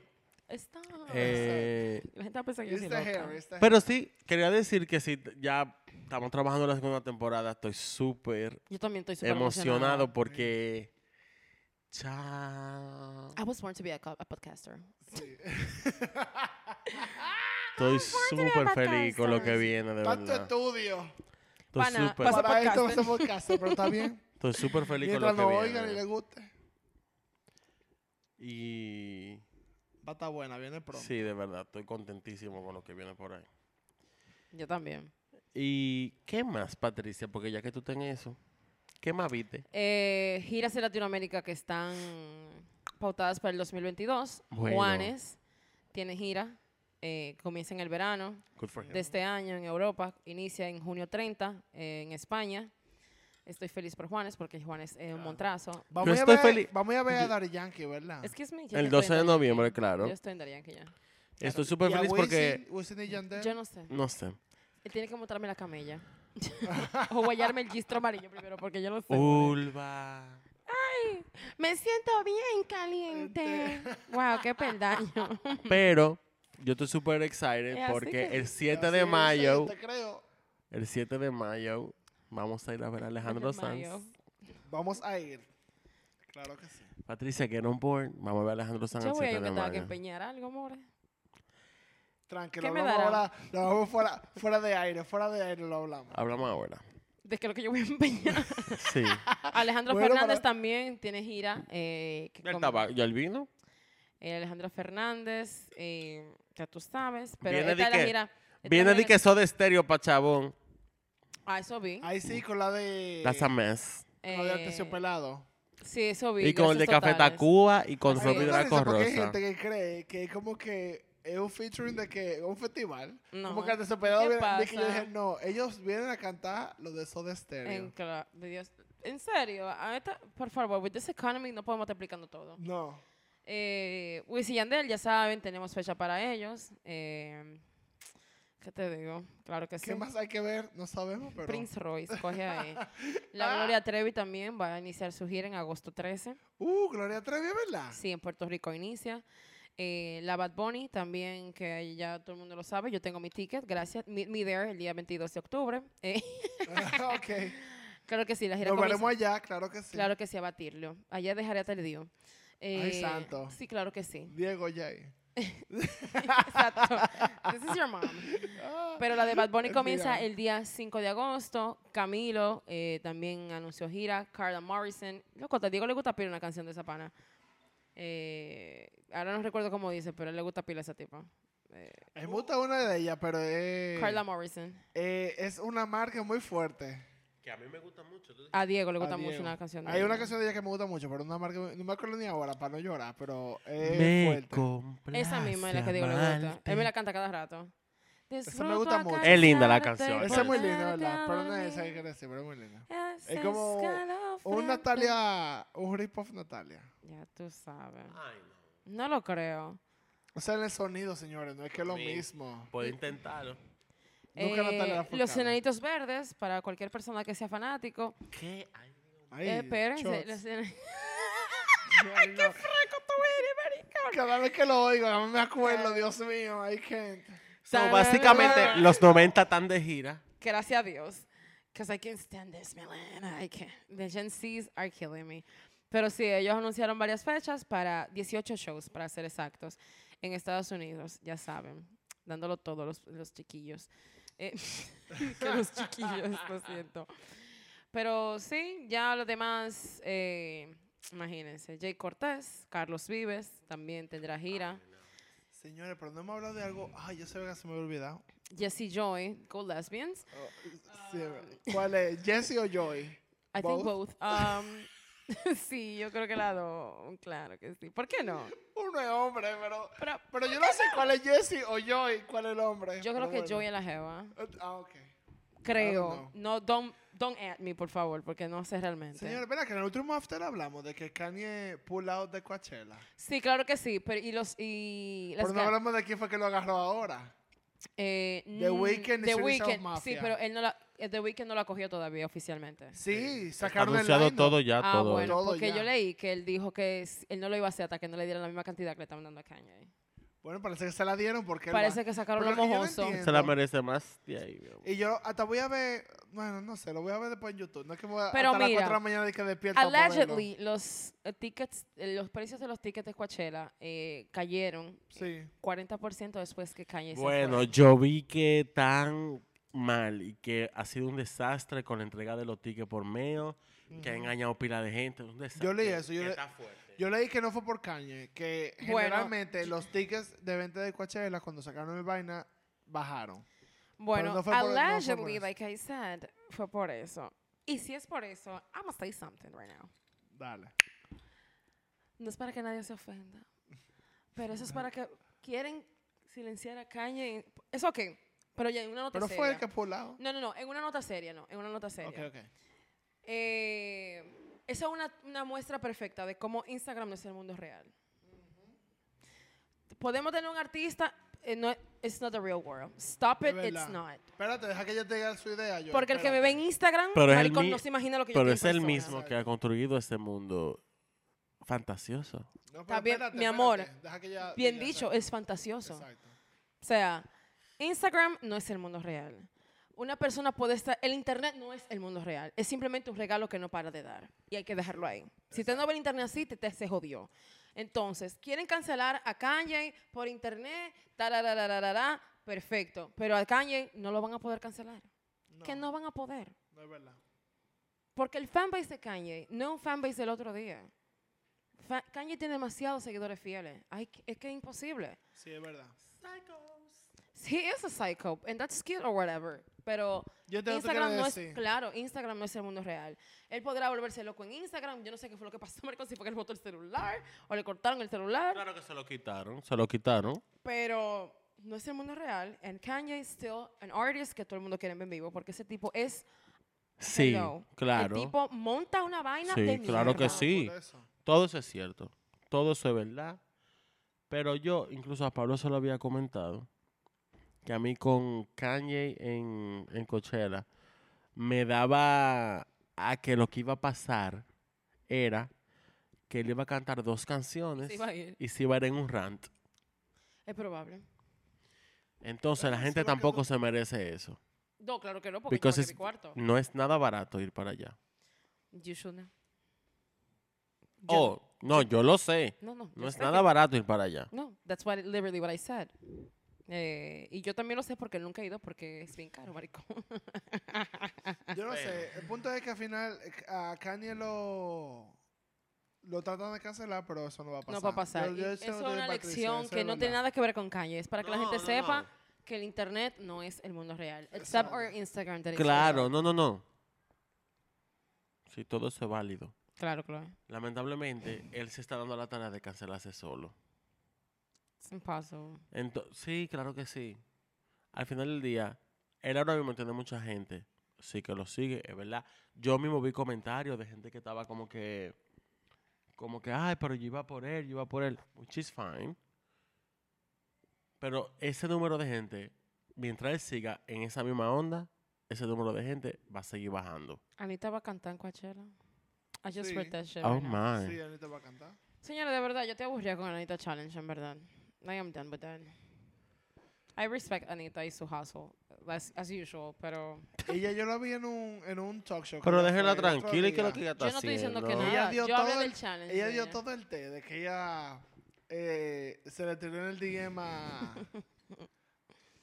Speaker 4: hoy,
Speaker 3: Stop.
Speaker 4: eh,
Speaker 3: La gente va a pensar que yo
Speaker 2: It's
Speaker 3: soy
Speaker 2: the hair,
Speaker 3: loca.
Speaker 2: it's the hair.
Speaker 4: pero sí, quería decir que sí, t- ya estamos trabajando la segunda temporada. Estoy súper
Speaker 3: Yo también estoy súper emocionada.
Speaker 4: emocionado porque. Chao.
Speaker 3: I was born to be a, co- a podcaster.
Speaker 2: Sí.
Speaker 4: Estoy súper
Speaker 3: vacaciones.
Speaker 4: feliz con lo que viene, de
Speaker 2: Tanto
Speaker 4: verdad.
Speaker 2: estudio.
Speaker 4: Estoy
Speaker 3: Pana,
Speaker 4: súper
Speaker 3: Pasa
Speaker 2: Para
Speaker 3: podcast,
Speaker 2: esto
Speaker 3: ¿eh?
Speaker 2: hacemos caso, pero está bien.
Speaker 4: estoy súper feliz con
Speaker 2: Mientras
Speaker 4: lo que
Speaker 2: lo oigan y
Speaker 4: viene.
Speaker 2: les guste.
Speaker 4: Y
Speaker 2: Va a estar buena, viene pronto.
Speaker 4: sí, de verdad, estoy contentísimo con lo que viene por ahí.
Speaker 3: Yo también.
Speaker 4: ¿Y qué más, Patricia? Porque ya que tú tenés eso, ¿qué más viste?
Speaker 3: Eh, giras en Latinoamérica que están pautadas para el 2022.
Speaker 4: Bueno.
Speaker 3: Juanes tiene gira. eh, comienza en el verano
Speaker 4: Good for him.
Speaker 3: de este año en Europa. Inicia en junio 30 eh, en España. Estoy feliz por Juanes porque Juanes es un montrazo.
Speaker 2: Vamos,
Speaker 4: Yo
Speaker 2: a
Speaker 4: estoy
Speaker 2: ver,
Speaker 4: feliz.
Speaker 2: vamos a ver a Daddy Yankee, ¿verdad?
Speaker 3: Excuse me. yo
Speaker 4: Ah. El
Speaker 3: ya estoy en
Speaker 4: 12 de
Speaker 3: Darienki.
Speaker 4: noviembre, claro.
Speaker 3: Yo estoy en Darienki ya.
Speaker 4: Estoy súper
Speaker 2: Y a
Speaker 4: feliz porque,
Speaker 2: Wisin- Wisin y Yandel.
Speaker 3: Yo no sé.
Speaker 4: no sé.
Speaker 3: Él tiene que montarme la camella. o guayarme el gistro amarillo primero porque yo no sé.
Speaker 4: Uh. Ulva.
Speaker 3: Me siento bien caliente. wow, qué peldaño.
Speaker 4: Pero yo estoy súper excited
Speaker 3: Es así
Speaker 4: porque
Speaker 3: que-
Speaker 4: el
Speaker 2: Así
Speaker 4: 7
Speaker 2: es,
Speaker 4: Este de
Speaker 2: yo
Speaker 4: mayo,
Speaker 2: Te este, creo.
Speaker 4: el 7 de mayo, vamos a ir a ver a Alejandro Sanz.
Speaker 3: Mayo.
Speaker 2: Vamos a ir. Claro que sí.
Speaker 4: Patricia, que no born, vamos a ver a Alejandro Sanz
Speaker 3: Yo
Speaker 4: el
Speaker 3: voy a
Speaker 4: 7 de
Speaker 3: intentar que
Speaker 4: mayo.
Speaker 3: empeñar algo, amor.
Speaker 2: Tranquilo,
Speaker 3: ¿Qué me
Speaker 2: hablamos
Speaker 3: dará?
Speaker 2: ahora. Lo hablamos fuera, fuera de aire, fuera de aire lo hablamos.
Speaker 4: Hablamos ahora.
Speaker 3: De que lo que yo voy a empeñar.
Speaker 4: Sí.
Speaker 3: Alejandro
Speaker 2: Bueno,
Speaker 3: Fernández
Speaker 2: para-
Speaker 3: también tiene gira. eh, que
Speaker 4: ¿Y el
Speaker 3: com-
Speaker 4: tabaco? ¿Y el vino?
Speaker 3: eh, Alejandro Fernández, eh, ya tú sabes. Pero
Speaker 4: Viene
Speaker 3: esta
Speaker 4: de
Speaker 3: es la
Speaker 4: que-
Speaker 3: gira. esta
Speaker 4: Viene
Speaker 3: es la
Speaker 4: de que
Speaker 3: gira-
Speaker 4: eso de estéreo pa' chabón.
Speaker 3: Ah, eso vi.
Speaker 2: Ahí sí, con la de.
Speaker 4: That's a mess.
Speaker 2: Con la de
Speaker 3: Eh,
Speaker 2: Aterciopelado.
Speaker 3: sí, eso vi.
Speaker 4: Y con el de
Speaker 3: Gracias
Speaker 4: Café
Speaker 3: Totales.
Speaker 4: Tacuba y con
Speaker 3: Así
Speaker 4: Robbie
Speaker 3: es.
Speaker 4: Draco
Speaker 2: Porque hay
Speaker 4: Rosa.
Speaker 2: gente que cree que es como que es un featuring de que un festival.
Speaker 3: No.
Speaker 2: Como que Aterciopelado
Speaker 3: ¿Qué
Speaker 2: viene- de que yo
Speaker 3: pasa?
Speaker 2: dije, no, ellos vienen a cantar lo de Soda
Speaker 3: En,
Speaker 2: Stereo.
Speaker 3: cla- de Dios. en serio, a esta- por favor, with this economy no podemos estar explicando todo.
Speaker 2: No.
Speaker 3: Eh, Wisin y Yandel, ya saben, tenemos fecha para ellos. Eh, ¿Qué te digo? Claro que
Speaker 2: ¿Qué
Speaker 3: sí.
Speaker 2: más hay que ver? No sabemos, pero. Ah.
Speaker 3: Prince Royce, coge ahí. La Gloria Trevi también va a iniciar su gira en agosto 13.
Speaker 2: Uh, Gloria Trevi, ¿verdad?
Speaker 3: Sí, en Puerto Rico inicia. Eh, la Bad Bunny también, que ahí ya todo el mundo lo sabe. Yo tengo mi ticket, gracias. Meet me there el día 22 de octubre. Eh,
Speaker 2: ok.
Speaker 3: claro que sí, la gira
Speaker 2: Nos
Speaker 3: comienza-
Speaker 2: veremos allá, claro que sí.
Speaker 3: Claro que sí, a batirlo. Allá dejaré a Tardío. Eh,
Speaker 2: santo.
Speaker 3: Sí, claro que sí.
Speaker 2: Diego Jay.
Speaker 3: Exacto. This is your mom.
Speaker 2: Ah,
Speaker 3: Pero la de Bad Bunny
Speaker 2: Es
Speaker 3: comienza
Speaker 2: viral.
Speaker 3: el día 5 de agosto. Camilo eh, también anunció gira. Carla Morrison. Loco, a Diego le gusta pila una canción de esa pana. Eh, ahora no recuerdo cómo dice, pero a él le gusta pila esa tipa. Eh,
Speaker 2: me gusta una de ellas, pero es.
Speaker 3: Carla Morrison.
Speaker 2: eh, es una marca muy fuerte.
Speaker 4: Que a mí me gusta mucho. tú-
Speaker 3: A Diego le gusta
Speaker 2: A
Speaker 3: mucho
Speaker 2: Ah, Diego.
Speaker 3: una canción. de
Speaker 2: Hay una
Speaker 3: Diego.
Speaker 2: canción de ella que me gusta mucho, pero no me, acuerdo- no me acuerdo ni ahora para no llorar, pero es
Speaker 4: Me
Speaker 2: fuerte.
Speaker 4: complace
Speaker 3: Esa misma es la que Diego le gusta.
Speaker 4: amarte.
Speaker 3: Él me la canta cada rato. Esa
Speaker 2: me gusta mucho.
Speaker 4: Es linda la canción.
Speaker 2: Esa es muy linda, ¿verdad? Pero no es esa que quiero decir, pero es muy linda. Es como Un Natalia, un rip-off Natalia.
Speaker 3: Ya tú sabes.
Speaker 4: Ay, no.
Speaker 3: No lo creo.
Speaker 2: O sea, en el sonido, señores, no es que es lo
Speaker 4: Sí.
Speaker 2: mismo.
Speaker 4: Puedo intentarlo.
Speaker 2: Nunca Natalia
Speaker 3: Eh, los
Speaker 2: Lafourcade.
Speaker 3: enanitos verdes, para cualquier persona que sea fanático.
Speaker 4: ¿Qué? Ay, Dios.
Speaker 2: Ay,
Speaker 3: Eh, espérense.
Speaker 2: shots.
Speaker 3: los ena-
Speaker 2: Ay, no. Cada vez que lo oigo, a mí me acuerdo, Dios mío, I can't.
Speaker 4: So, básicamente, los 90 están de gira.
Speaker 3: Gracias a Dios. Because I can't stand this, Milena. I can't. The Gen Zs are killing me. Pero sí, ellos anunciaron varias fechas para 18 shows, para ser exactos, en Estados Unidos, ya saben. Dándolo todo los, los chiquillos. Eh, que los chiquillos, lo siento. Pero sí, ya los demás, eh, imagínense. Jay Cortés, Carlos Vives, también tendrá gira.
Speaker 2: Señores, pero no hemos hablado de algo. Ay, yo sé que se me había olvidado.
Speaker 3: Jesse Joy, Go Lesbians.
Speaker 2: Oh, sí, ¿Cuál es? ¿Jesse o Joy?
Speaker 3: I think
Speaker 2: Both.
Speaker 3: both. Um, sí, yo creo que la dos. Claro que sí. ¿Por qué no?
Speaker 2: Uno es hombre, pero.
Speaker 3: Pero
Speaker 2: Pero yo no sé cuál es Jesse o Joy, cuál es el hombre.
Speaker 3: yo creo
Speaker 2: Pero
Speaker 3: que
Speaker 2: bueno.
Speaker 3: Joey es la jeva.
Speaker 2: Ah, ok.
Speaker 3: Creo.
Speaker 2: know.
Speaker 3: No, don't, don't at me, por favor, porque no sé realmente.
Speaker 2: Señores, verá que en el último after hablamos de que Kanye pull out de Coachella.
Speaker 3: Sí, claro que sí. Pero y los y las
Speaker 2: Pero no
Speaker 3: ga-
Speaker 2: hablamos de quién fue que lo agarró ahora.
Speaker 3: eh,
Speaker 2: The
Speaker 3: mm,
Speaker 2: Weeknd y
Speaker 3: The
Speaker 2: Swedish House
Speaker 3: Weeknd, Sí,
Speaker 2: Mafia.
Speaker 3: pero él no la, eh, The Weeknd no la cogió todavía oficialmente.
Speaker 2: Sí,
Speaker 4: Está
Speaker 2: sacaron el
Speaker 4: anunciado
Speaker 2: lineup.
Speaker 4: todo ya,
Speaker 3: ah,
Speaker 4: todo.
Speaker 3: bueno,
Speaker 2: Todo
Speaker 3: porque
Speaker 2: ya.
Speaker 3: yo leí que él dijo que s- él no lo iba a hacer hasta que no le dieran la misma cantidad que le estaban dando a Kanye.
Speaker 2: Bueno, parece que se la dieron porque él va-
Speaker 3: Parece que sacaron
Speaker 2: Pero
Speaker 3: lo
Speaker 2: lo que yo no
Speaker 3: mojoso.
Speaker 2: entiendo-
Speaker 4: Se la merece más de ahí, mi amor.
Speaker 2: Y yo hasta voy a ver, bueno, no sé, lo voy a ver después en YouTube. No es que voy a
Speaker 3: Pero
Speaker 2: hasta las
Speaker 3: mira,
Speaker 2: 4 de la mañana de que despierto para verlo.
Speaker 3: Allegedly, los eh, tickets, eh, los precios de los tickets de Coachella eh, cayeron
Speaker 2: Sí.
Speaker 3: 40% después que Kanye se
Speaker 4: Bueno,
Speaker 3: fue.
Speaker 4: yo vi que tan mal y que ha sido un desastre con la entrega de los tickets por mail, que ha engañado pila de gente. Un desastre.
Speaker 2: Yo leí eso, yo
Speaker 4: Que
Speaker 2: le-
Speaker 4: está fuerte.
Speaker 2: Yo leí que no fue por Kanye, que
Speaker 3: Bueno.
Speaker 2: generalmente los tickets de venta de Coachella cuando sacaron el vaina bajaron.
Speaker 3: Bueno,
Speaker 2: pero no fue por- no fue
Speaker 3: allegedly,
Speaker 2: por eso.
Speaker 3: like I said, fue por eso. Y si es por eso, I'm gonna say something right now.
Speaker 2: Dale.
Speaker 3: No es para que nadie se ofenda, pero eso es para que quieren silenciar a Kanye. Es ok, pero ya en una nota
Speaker 2: Pero
Speaker 3: seria.
Speaker 2: fue el que pulado.
Speaker 3: No, no, no, en una nota seria, no, en una nota seria.
Speaker 2: Ok, ok.
Speaker 3: Eh, esa es una, una muestra perfecta de cómo Instagram no es el mundo real. Podemos tener un artista, eh, no, it's not the real world. Stop
Speaker 2: De
Speaker 3: it, it's
Speaker 2: verdad.
Speaker 3: not.
Speaker 2: Espérate, deja que yo te diga su idea. Yo,
Speaker 3: Porque el que me ve en
Speaker 2: espérate.
Speaker 3: Instagram,
Speaker 4: Pero es el
Speaker 3: maricón,
Speaker 4: mi-
Speaker 3: no se imagina lo que yo
Speaker 4: Pero
Speaker 3: tengo
Speaker 4: es el
Speaker 3: en persona.
Speaker 4: mismo que ha construido este mundo fantasioso.
Speaker 2: No, pero
Speaker 3: Está bien,
Speaker 2: espérate,
Speaker 3: mi amor.
Speaker 2: espérate, deja que ella-
Speaker 3: Bien
Speaker 2: ella
Speaker 3: dicho,
Speaker 2: saque.
Speaker 3: es fantasioso.
Speaker 2: Exacto.
Speaker 3: O sea, Instagram no es el mundo real. Una persona puede estar, el internet no es el mundo real, es simplemente un regalo que no para de dar y hay que dejarlo ahí. Si usted no ve el internet así, te, te- se jodió. Entonces, quieren cancelar a Kanye por internet, tarararararara, perfecto, pero a Kanye no lo van a poder cancelar,
Speaker 2: No,
Speaker 3: que no van a poder,
Speaker 2: no es verdad.
Speaker 3: porque el fanbase de Kanye no es un fanbase del otro día. Fa- Kanye tiene demasiados seguidores fieles, Ay, que- es que es imposible.
Speaker 2: Sí, es verdad.
Speaker 3: He is a psycho, and that's cute or whatever. Pero
Speaker 2: Yo tengo
Speaker 3: Instagram no es,
Speaker 2: decir.
Speaker 3: claro, Instagram no es el mundo real. Él podrá volverse loco en Instagram. Yo no sé qué fue lo que pasó, maricón, si fue que él botó el celular o le cortaron el celular,
Speaker 4: Claro que se lo quitaron, se lo quitaron.
Speaker 3: pero no es el mundo real. And Kanye is still an artist que todo el mundo quiere ver en vivo porque ese tipo es,
Speaker 4: Sí,
Speaker 3: hello,
Speaker 4: claro.
Speaker 3: El tipo monta una vaina
Speaker 4: Sí,
Speaker 3: de
Speaker 4: claro que
Speaker 3: mierda.
Speaker 4: sí.
Speaker 2: Por eso.
Speaker 4: Todo eso es cierto. Todo eso es verdad. Pero yo, incluso a Pablo se lo había comentado, que a mí con Kanye en, en Coachella me daba a que lo que iba a pasar era que él iba a cantar dos canciones
Speaker 3: Se iba a ir.
Speaker 4: y se iba a ir en un rant.
Speaker 3: Es probable.
Speaker 4: Entonces la
Speaker 2: Pero se
Speaker 4: gente
Speaker 2: iba a
Speaker 4: tampoco se merece eso.
Speaker 3: No, claro que no, porque
Speaker 4: Because
Speaker 3: es mi
Speaker 4: it's-
Speaker 3: cuarto.
Speaker 4: No es nada barato ir para allá.
Speaker 3: You shouldn't. Yo
Speaker 4: Oh, no, yo lo sé.
Speaker 3: no, no, no, yo
Speaker 4: No es
Speaker 3: creo que-
Speaker 4: nada barato ir para allá.
Speaker 3: No, that's what, literally what I said. Eh, y yo también lo sé porque nunca he ido porque es bien caro, maricón.
Speaker 2: Yo no sé. El punto es que al final eh, a Kanye lo. Lo tratan de cancelar, pero eso no va a pasar.
Speaker 3: No va a pasar.
Speaker 2: Yo-
Speaker 3: Y
Speaker 2: yo se
Speaker 3: eso
Speaker 2: lo
Speaker 3: es
Speaker 2: digo a
Speaker 3: una
Speaker 2: Patricia,
Speaker 3: lección
Speaker 2: eso
Speaker 3: que
Speaker 2: es
Speaker 3: no tiene
Speaker 2: verdad.
Speaker 3: nada que ver con Kanye. Es para que la
Speaker 4: No,
Speaker 3: gente
Speaker 4: no,
Speaker 3: sepa
Speaker 4: no.
Speaker 3: que el internet no es el mundo real. Except our Instagram. that is
Speaker 4: Claro,
Speaker 3: real.
Speaker 4: no, no, no. Si todo eso es válido.
Speaker 3: Claro, claro.
Speaker 4: Lamentablemente, él se está dando la tarea de cancelarse solo.
Speaker 3: Es imposible.
Speaker 4: Ento- sí, claro que sí. Al final del día, él ahora mismo tiene mucha gente. Sí que lo sigue, es verdad. Yo mismo vi comentarios de gente que estaba como que... Como que, ay, pero yo iba por él, yo iba por él. Which is fine. Pero ese número de gente, mientras él siga en esa misma onda, ese número de gente va a seguir bajando.
Speaker 3: Anita va a cantar en Coachella. I just
Speaker 2: Sí.
Speaker 3: read that shit
Speaker 4: Oh,
Speaker 3: right now.
Speaker 4: my.
Speaker 2: Sí, Anita va a cantar.
Speaker 3: Señora, de verdad, yo te aburría con Anita Challenge, en verdad. I am done with that. I respect Anita y su hustle, as, as usual, pero
Speaker 2: Ella yo la vi en un, en un talk show. que
Speaker 4: Pero
Speaker 2: ella
Speaker 4: déjela
Speaker 2: fue el otro
Speaker 4: tranquila y que lo
Speaker 2: día.
Speaker 4: que ella está
Speaker 3: yo no estoy diciendo que
Speaker 4: haciendo.
Speaker 2: Ella
Speaker 3: nada.
Speaker 2: dio
Speaker 3: Yo hablé
Speaker 2: todo
Speaker 3: del
Speaker 2: el-
Speaker 3: challenge.
Speaker 2: Ella
Speaker 3: de
Speaker 2: dio todo el té de que ella eh, se le tiró en el DM a,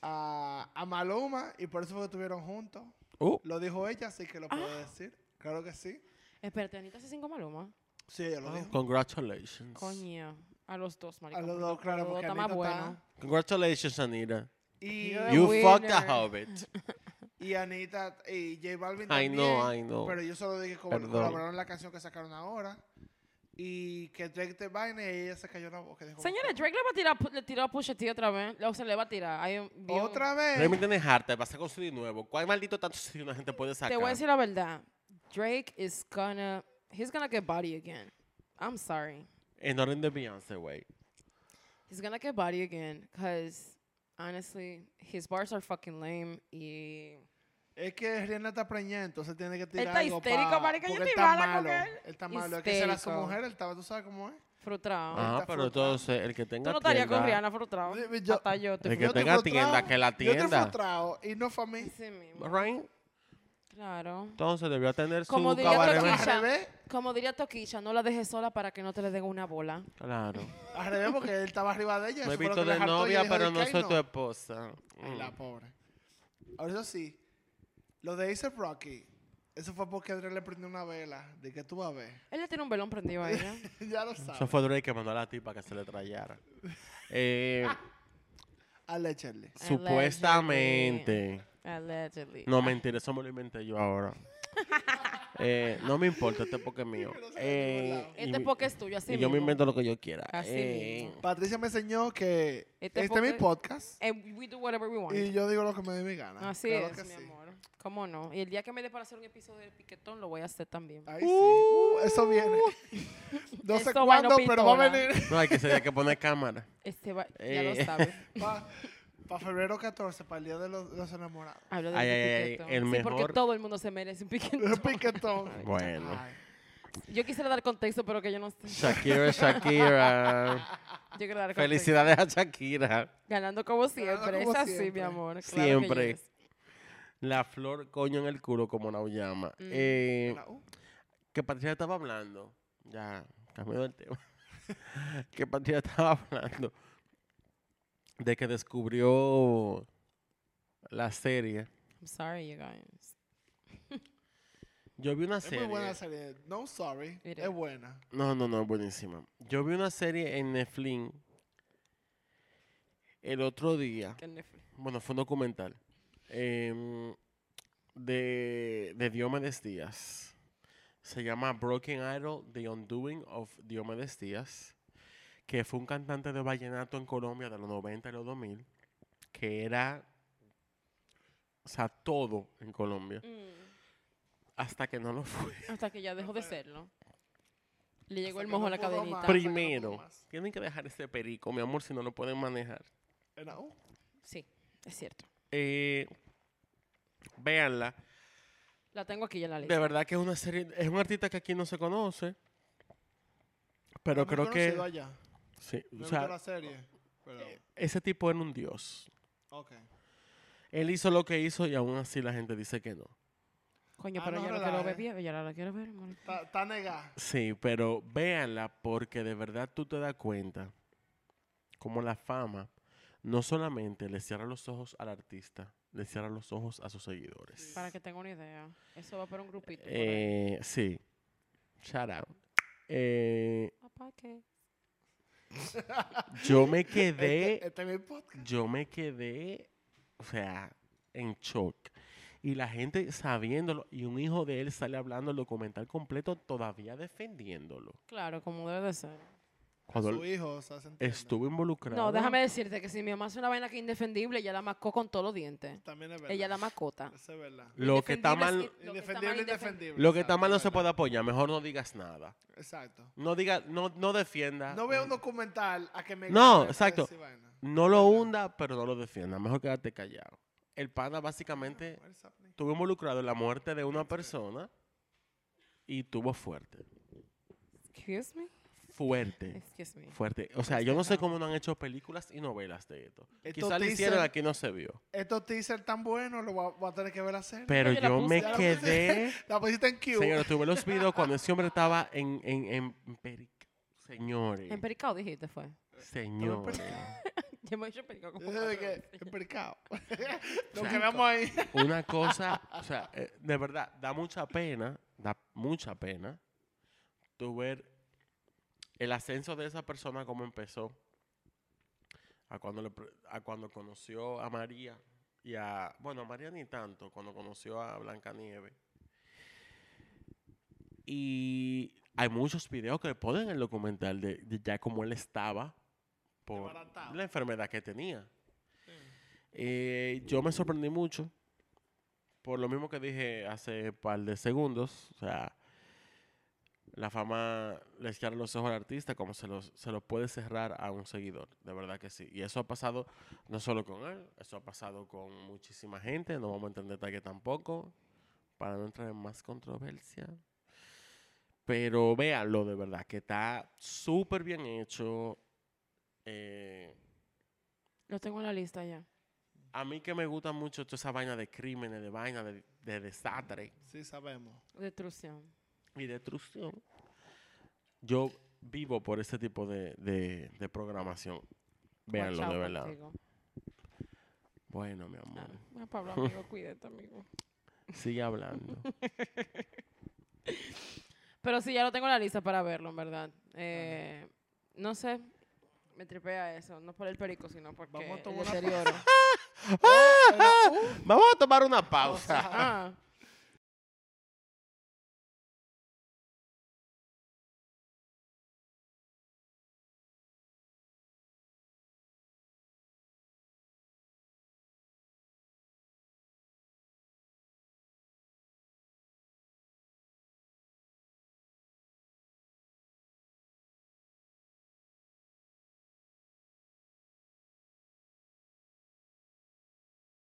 Speaker 2: a, a Maluma y por eso fue que estuvieron juntos.
Speaker 3: Oh.
Speaker 4: Uh,
Speaker 2: Lo dijo ella, así que lo puedo
Speaker 3: Ah.
Speaker 2: decir. Claro que sí.
Speaker 3: Espérate, Anita hace cinco maluma.
Speaker 2: Sí, ella
Speaker 4: Ah,
Speaker 2: lo dijo.
Speaker 4: congratulations.
Speaker 3: Coño. A los dos, maricón.
Speaker 2: A los dos, claro,
Speaker 3: los dos
Speaker 2: porque
Speaker 3: está
Speaker 2: Anita
Speaker 3: más
Speaker 2: está...
Speaker 3: bueno.
Speaker 4: Congratulations, Anita.
Speaker 2: Y,
Speaker 3: You're The
Speaker 4: You fucked a
Speaker 3: winner.
Speaker 4: hobbit.
Speaker 2: Eh. y Anita y J Balvin
Speaker 4: I
Speaker 2: también.
Speaker 4: know, I know.
Speaker 2: Pero yo solo dije que col-
Speaker 4: Perdón.
Speaker 2: colaboraron en la canción que sacaron ahora. Y que Drake te vaina y ella se cayó la boca. Dijo,
Speaker 3: Señora, Drake le, va a tirar, pu- le tiró a Pusha T otra vez. O sea, le va a tirar. Hay un- vi un-
Speaker 2: otra vez.
Speaker 4: Raymond tiene harta, vas a construir nuevo. ¿Cuál maldito tanto si una gente puede sacar?
Speaker 3: Te voy a decir la verdad. Drake is gonna... He's gonna get body again. I'm sorry.
Speaker 4: En orden de Beyoncé, güey.
Speaker 3: He's gonna get body again. Because, honestly, his bars are fucking lame. Y...
Speaker 2: Es que Rihanna está preñada, entonces tiene que tirar
Speaker 3: está
Speaker 2: algo
Speaker 3: histérico,
Speaker 2: pa-
Speaker 3: marica, yo
Speaker 2: porque
Speaker 3: estoy
Speaker 2: está
Speaker 3: mala con
Speaker 2: malo.
Speaker 3: él.
Speaker 2: Él está malo. Es que será su
Speaker 3: Histérico.
Speaker 2: mujer, él estaba, tú sabes cómo es.
Speaker 3: Frustrado.
Speaker 4: Ajá,
Speaker 2: está
Speaker 4: Ah, pero
Speaker 2: frustrado.
Speaker 4: entonces el que tenga
Speaker 3: Ah, Tú no estarías con
Speaker 4: tienda-
Speaker 3: Rihanna frustrado.
Speaker 2: Sí, yo-
Speaker 3: Hasta yo te
Speaker 4: Es que
Speaker 2: Yo estoy
Speaker 4: tenga
Speaker 2: frustrado,
Speaker 4: tienda, que la
Speaker 2: Yo estoy
Speaker 4: tienda.
Speaker 2: frustrado y no fue a mí.
Speaker 3: Sí mismo.
Speaker 4: Right?
Speaker 3: Claro.
Speaker 4: Entonces debió tener
Speaker 3: Como
Speaker 4: su
Speaker 3: diría
Speaker 4: cabaret.
Speaker 2: Al
Speaker 3: Toquilla.
Speaker 2: revés,
Speaker 3: Como diría Toquilla, no la dejes sola para que no te le den una bola.
Speaker 4: Claro.
Speaker 2: al revés, porque él estaba arriba de ella.
Speaker 4: Me he
Speaker 2: eso fue lo
Speaker 4: visto
Speaker 2: que le
Speaker 4: de
Speaker 2: hartó, y
Speaker 4: novia,
Speaker 2: ella
Speaker 4: pero
Speaker 2: dijo,
Speaker 4: no
Speaker 2: "Ay,
Speaker 4: soy tu esposa.
Speaker 2: Ay, la
Speaker 4: Mm.
Speaker 2: pobre. Ahora eso sí, lo de Ace Rocky, eso fue porque Andrés le prendió una vela. De que tú vas a ver.
Speaker 3: Él le tiene un velón prendido a ella.
Speaker 2: ya lo
Speaker 4: Eso
Speaker 2: sabes.
Speaker 4: fue Drake que mandó a la tipa que se le trayera. Eh,
Speaker 2: Al echarle.
Speaker 4: supuestamente.
Speaker 3: Allegedly.
Speaker 4: No, mentira, eso me lo inventé yo ahora. Eh, no me importa, este porque es mío. Eh, y
Speaker 3: Este
Speaker 4: mi-
Speaker 3: porque es tuyo, así
Speaker 4: y yo me
Speaker 3: mismo.
Speaker 4: invento lo que yo quiera.
Speaker 3: Así
Speaker 4: Eh,
Speaker 3: mismo.
Speaker 2: Patricia me enseñó que
Speaker 3: Este
Speaker 2: este, es mi
Speaker 3: podcast-
Speaker 2: podcast
Speaker 3: And we do whatever we want.
Speaker 2: y yo digo lo que me dé mi gana.
Speaker 3: Así
Speaker 2: Claro
Speaker 3: es,
Speaker 2: que
Speaker 3: mi
Speaker 2: sí.
Speaker 3: amor. ¿Cómo no? Y el día que me dé para hacer un episodio de piquetón, lo voy a hacer también.
Speaker 2: Ay, sí. Uh, eso viene. No sé
Speaker 3: Eso
Speaker 2: cuándo,
Speaker 3: bailó
Speaker 2: pero va a
Speaker 3: pistola.
Speaker 2: venir.
Speaker 4: No, hay que, ser- hay que poner cámara.
Speaker 3: Este va, ya
Speaker 4: Eh.
Speaker 3: lo sabes.
Speaker 2: Para febrero 14, para el día de los, los enamorados.
Speaker 3: Hablo de
Speaker 4: Ay, ay, ay,
Speaker 3: piquetón.
Speaker 4: el
Speaker 3: sí,
Speaker 4: mejor-
Speaker 3: porque todo el mundo se merece un
Speaker 2: El
Speaker 3: piquetón.
Speaker 2: piquetón.
Speaker 4: Bueno.
Speaker 2: Ay.
Speaker 3: Yo quisiera dar contexto, pero que yo no sé. Yo
Speaker 4: Shakira, Shakira.
Speaker 3: quiero dar contexto.
Speaker 4: Felicidades a Shakira.
Speaker 3: Ganando como siempre.
Speaker 2: como
Speaker 3: es así,
Speaker 2: siempre.
Speaker 3: mi amor. claro que
Speaker 4: Siempre.
Speaker 3: yes.
Speaker 4: La flor coño en el culo, como la llama.
Speaker 3: Mm.
Speaker 4: Eh,
Speaker 2: La uh, U.
Speaker 4: que Patricia estaba hablando. Ya, cambió el tema. que Patricia estaba hablando de que descubrió la serie.
Speaker 3: I'm sorry, you guys.
Speaker 4: Yo vi una
Speaker 2: Es muy
Speaker 4: serie.
Speaker 2: buena serie. No sorry.
Speaker 3: Mira.
Speaker 2: Es buena.
Speaker 4: No, no, no, buenísima. Yo vi una serie en Netflix el otro día.
Speaker 3: Que Netflix.
Speaker 4: Bueno, fue un documental. em, de, de Diomedes Díaz. Se llama Broken Idol, The Undoing of Diomedes Díaz. Que fue un cantante de vallenato en Colombia de los 90 y los 2000. Que era. O sea, todo en Colombia.
Speaker 3: Mm,
Speaker 4: Hasta que no lo fue.
Speaker 3: Hasta que ya dejó de serlo. Le llegó
Speaker 2: Hasta
Speaker 3: el
Speaker 2: que
Speaker 3: mojo
Speaker 2: no
Speaker 3: a la
Speaker 2: pudo
Speaker 3: cadenita.
Speaker 2: más. Hasta que no pudo
Speaker 4: Primero,
Speaker 2: más.
Speaker 4: tienen que dejar ese perico, mi amor, si no lo pueden manejar.
Speaker 2: Es la uh, U.
Speaker 3: Sí, es cierto.
Speaker 4: Eh, véanla.
Speaker 3: La tengo aquí ya en la lista.
Speaker 4: De verdad que es una serie, es un artista que aquí no se conoce, pero
Speaker 2: Muy
Speaker 4: creo
Speaker 2: conocido
Speaker 4: que
Speaker 2: allá.
Speaker 4: sí,
Speaker 2: No
Speaker 4: o
Speaker 2: he
Speaker 4: sea,
Speaker 2: visto la serie. Pero,
Speaker 3: eh,
Speaker 4: ese tipo era un dios.
Speaker 2: ok.
Speaker 4: Él hizo lo que hizo y aún así la gente dice que no.
Speaker 3: Coño,
Speaker 2: Ah,
Speaker 3: pero
Speaker 2: no,
Speaker 3: yo no
Speaker 2: relaja.
Speaker 3: quiero ver viejo, yo no la quiero ver, amor.
Speaker 2: Está- Está negada.
Speaker 4: Sí, pero véanla porque de verdad tú te das cuenta como la fama no solamente le cierra los ojos al artista, le cierra los ojos a sus seguidores.
Speaker 3: Para que tenga una idea. Eso va para un grupito. por ahí.
Speaker 4: Eh, sí. Shout out. Eh,
Speaker 3: Papá, Ah, ¿qué?
Speaker 4: yo me
Speaker 2: Este,
Speaker 4: quedé
Speaker 2: este es mi podcast.
Speaker 4: yo me quedé, o sea, en shock. Y la gente sabiéndolo. Y un hijo de él sale hablando el documental completo, todavía defendiéndolo.
Speaker 3: Claro, como debe de ser.
Speaker 4: Cuando
Speaker 2: Su
Speaker 4: él
Speaker 2: hijo, o sea, se entiende.
Speaker 4: estuvo involucrado.
Speaker 3: No, déjame decirte que si mi mamá hace una vaina que es indefendible, ella la macó con todos los dientes.
Speaker 2: También es verdad.
Speaker 3: Ella la macota.
Speaker 2: Eso es verdad.
Speaker 4: Lo que está mal.
Speaker 3: Indefendible es in- lo que está mal
Speaker 2: Indefendible,
Speaker 3: indefendible.
Speaker 2: indefendible.
Speaker 4: Lo que está
Speaker 2: exacto,
Speaker 4: mal no
Speaker 2: es
Speaker 4: se
Speaker 2: verdad.
Speaker 4: puede apoyar. Mejor no digas nada.
Speaker 2: Exacto.
Speaker 4: No diga, no, no defienda.
Speaker 2: No veo un documental a que me.
Speaker 4: Ah, No,
Speaker 2: gane para
Speaker 4: exacto.
Speaker 2: decir vaina.
Speaker 4: No lo hunda, pero no lo defienda. Mejor quédate callado. El pana básicamente
Speaker 2: What's happening?
Speaker 4: estuvo involucrado en la muerte de una persona y tuvo fuerte.
Speaker 3: Excuse me.
Speaker 4: Fuerte.
Speaker 3: Excuse me.
Speaker 4: Fuerte. O sea, yo no sé cómo no han hecho películas y novelas de esto.
Speaker 3: Eh,
Speaker 2: Esto
Speaker 4: Quizá lo
Speaker 2: dicen-
Speaker 4: hicieron aquí no se vio.
Speaker 2: Estos teasers tan buenos los voy a, voy a tener que ver hacer.
Speaker 4: Pero
Speaker 3: yo la
Speaker 4: yo
Speaker 3: puse.
Speaker 4: me
Speaker 2: Ya la puse.
Speaker 4: quedé.
Speaker 2: La pusiste en Q.
Speaker 4: Señores, tuve los videos cuando ese hombre estaba en, en, en Peric- Señores.
Speaker 3: En pericao dijiste fue.
Speaker 4: Señores.
Speaker 3: Yo me he hecho pericao como
Speaker 2: Eso
Speaker 3: cuatro
Speaker 2: de
Speaker 3: veces.
Speaker 2: que el mercado. Lo que
Speaker 4: Exacto.
Speaker 2: vemos ahí.
Speaker 4: Una cosa, o sea, eh, de verdad, da mucha pena, da mucha pena tu ver el ascenso de esa persona como empezó a cuando, le pre- a cuando conoció a María y a, bueno, a María ni tanto, cuando conoció a Blancanieve. Y hay muchos videos que ponen en el documental de, de ya cómo él estaba por
Speaker 2: Desbaratado.
Speaker 4: la enfermedad que tenía. Eh, yo me sorprendí mucho por lo mismo que dije hace par de segundos. O sea, la fama le cierra los ojos al artista como se los, se los puede cerrar a un seguidor. De verdad que sí. Y eso ha pasado no solo con él, eso ha pasado con muchísima gente. No vamos a entrar en detalle tampoco para no entrar en más controversia. Pero véanlo de verdad, que está súper bien hecho. Eh,
Speaker 3: Lo tengo en la lista ya.
Speaker 4: a mí que me gusta mucho toda esa vaina de crímenes, de vaina de, de desastre
Speaker 2: Sí, sabemos.
Speaker 3: Destrucción.
Speaker 4: y destrucción, yo vivo por ese tipo de, de- de programación. Véanlo,
Speaker 3: Guachao
Speaker 4: de verdad.
Speaker 3: contigo.
Speaker 4: Bueno, mi amor,
Speaker 3: Ah, bueno, Pablo, amigo, cuídate, amigo.
Speaker 4: sigue hablando.
Speaker 3: Pero sí, ya lo tengo en la lista para verlo, en verdad. Eh, no sé, me tripea eso. No por el perico, sino porque
Speaker 2: Vamos a
Speaker 3: el
Speaker 2: tomar una
Speaker 3: deterioro.
Speaker 4: Vamos a tomar una pausa.
Speaker 3: Ah.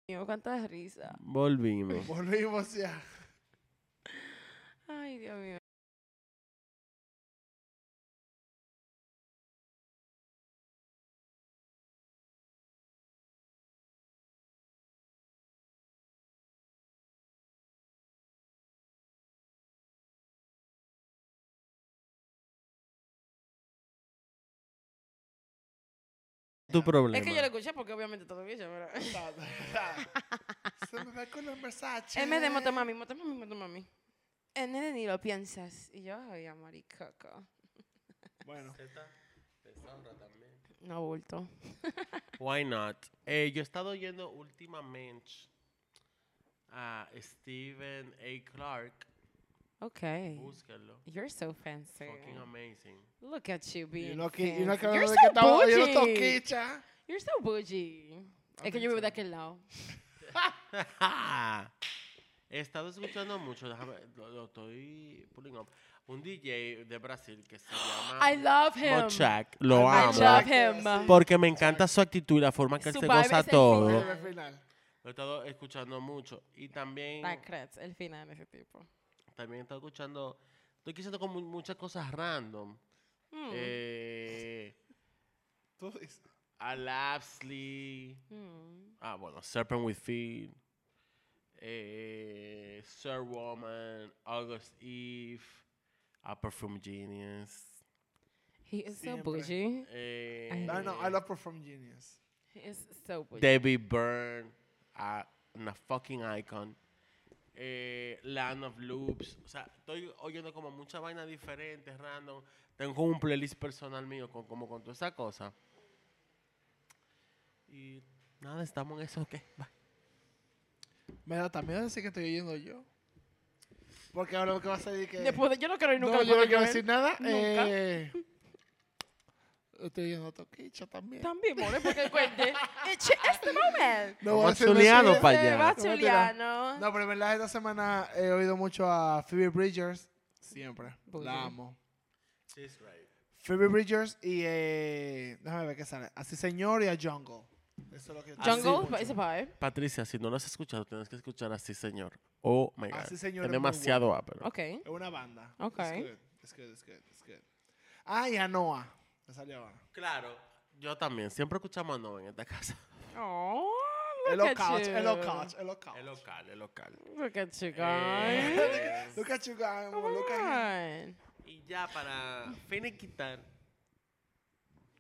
Speaker 3: Mío, cuánta risa.
Speaker 4: Volvimos.
Speaker 2: Volvimos ya.
Speaker 3: Ay, Dios mío.
Speaker 4: Tu problema.
Speaker 3: Es que yo lo escuché porque obviamente todo lo que hice, pero...
Speaker 2: Se me va con los Versace.
Speaker 3: Él me dijo, mota mami, mota mami, mota mami. El nene ni lo piensas. Y yo, ay, amaricoco.
Speaker 2: Bueno,
Speaker 3: No bulto.
Speaker 4: Why not? Eh, yo he estado oyendo últimamente a Stephen A. Clark.
Speaker 3: Ok.
Speaker 4: Búsquenlo.
Speaker 3: You're so fancy.
Speaker 4: Fucking amazing.
Speaker 3: Look at you
Speaker 2: y
Speaker 3: being
Speaker 2: no que
Speaker 3: fancy.
Speaker 2: y no que
Speaker 3: You're
Speaker 2: de
Speaker 3: so
Speaker 2: que estaba oyendo
Speaker 3: bougie.
Speaker 2: toquicha.
Speaker 3: You're so bougie. Es que yo vivo de aquel lado.
Speaker 4: He estado escuchando mucho, déjame, lo, lo estoy pulling up. Un DJ de Brasil que se llama
Speaker 3: I love him.
Speaker 4: Mochak, lo
Speaker 3: I
Speaker 2: Vamos.
Speaker 3: love
Speaker 4: amo.
Speaker 3: him.
Speaker 4: Porque me encanta su actitud y la forma que él
Speaker 3: Su
Speaker 4: se
Speaker 3: vibe
Speaker 4: goza
Speaker 3: es el
Speaker 4: todo.
Speaker 3: final.
Speaker 2: Al final.
Speaker 4: Lo he estado escuchando mucho. Y también,
Speaker 3: La creds, el final ese tipo.
Speaker 4: también he estado escuchando, estoy escuchando como muchas cosas random.
Speaker 3: Mm,
Speaker 4: Eh,
Speaker 2: Tú dices,
Speaker 4: a Lapsley.
Speaker 3: mm.
Speaker 4: Ah, bueno, Serpent with Feet. Eh, Sir Woman, August Eve, A Perfume Genius.
Speaker 3: He is so
Speaker 2: Siempre.
Speaker 3: bougie.
Speaker 4: Eh,
Speaker 2: Ah, No, no, I love Perform Genius.
Speaker 3: He is so bougie.
Speaker 4: Debbie Byrne, a, una fucking icon. Eh, Land of Loops. O sea, estoy oyendo como mucha vaina diferente, random. Tengo un playlist personal mío con, como con toda esa cosa. Y nada, estamos en eso, ok. Bye.
Speaker 2: Me da también decir que estoy oyendo yo. Porque ahora lo que va a salir que.
Speaker 3: Después de- yo no quiero ir nunca
Speaker 2: no, yo
Speaker 3: después
Speaker 2: no
Speaker 3: de
Speaker 2: quiero
Speaker 3: Joel.
Speaker 2: decir nada.
Speaker 3: Nunca.
Speaker 2: eh, estoy oyendo Toquicha también.
Speaker 3: También, more, porque cuente. Eche, este momento. Eh,
Speaker 2: No voy a Eh,
Speaker 4: Vamos
Speaker 2: decir
Speaker 4: chuleando
Speaker 2: nada.
Speaker 4: pa' allá.
Speaker 2: No, mentira. No, pero en verdad esta semana he oído mucho a Phoebe Bridgers. Siempre. La amo. Phoebe Bridgers y eh, déjame ver qué sale. Así señor y a Jungle. Eso es lo que
Speaker 3: Jungle,
Speaker 2: Así
Speaker 3: ese
Speaker 2: Ah, mucho.
Speaker 3: vibe.
Speaker 4: Patricia, si no lo has escuchado, tienes que escuchar así, señor. Oh my God.
Speaker 2: Así, señor,
Speaker 4: Es
Speaker 2: es muy
Speaker 4: demasiado ápero.
Speaker 3: Ok.
Speaker 2: Es una banda.
Speaker 3: Ok.
Speaker 2: It's good. It's good, it's good, it's good. Ah, y a Noah. Me salió ahora.
Speaker 4: Claro. Yo también. Siempre escuchamos a Noah en esta casa.
Speaker 3: Oh,
Speaker 2: El
Speaker 3: look
Speaker 2: Old
Speaker 3: at
Speaker 2: Couch,
Speaker 3: you.
Speaker 2: el Old Couch, el Old Couch.
Speaker 4: Es local, es local.
Speaker 3: Look at you guys.
Speaker 4: Eh,
Speaker 2: Look at you guys.
Speaker 3: Come
Speaker 2: look at him.
Speaker 3: on.
Speaker 4: y ya para finiquitar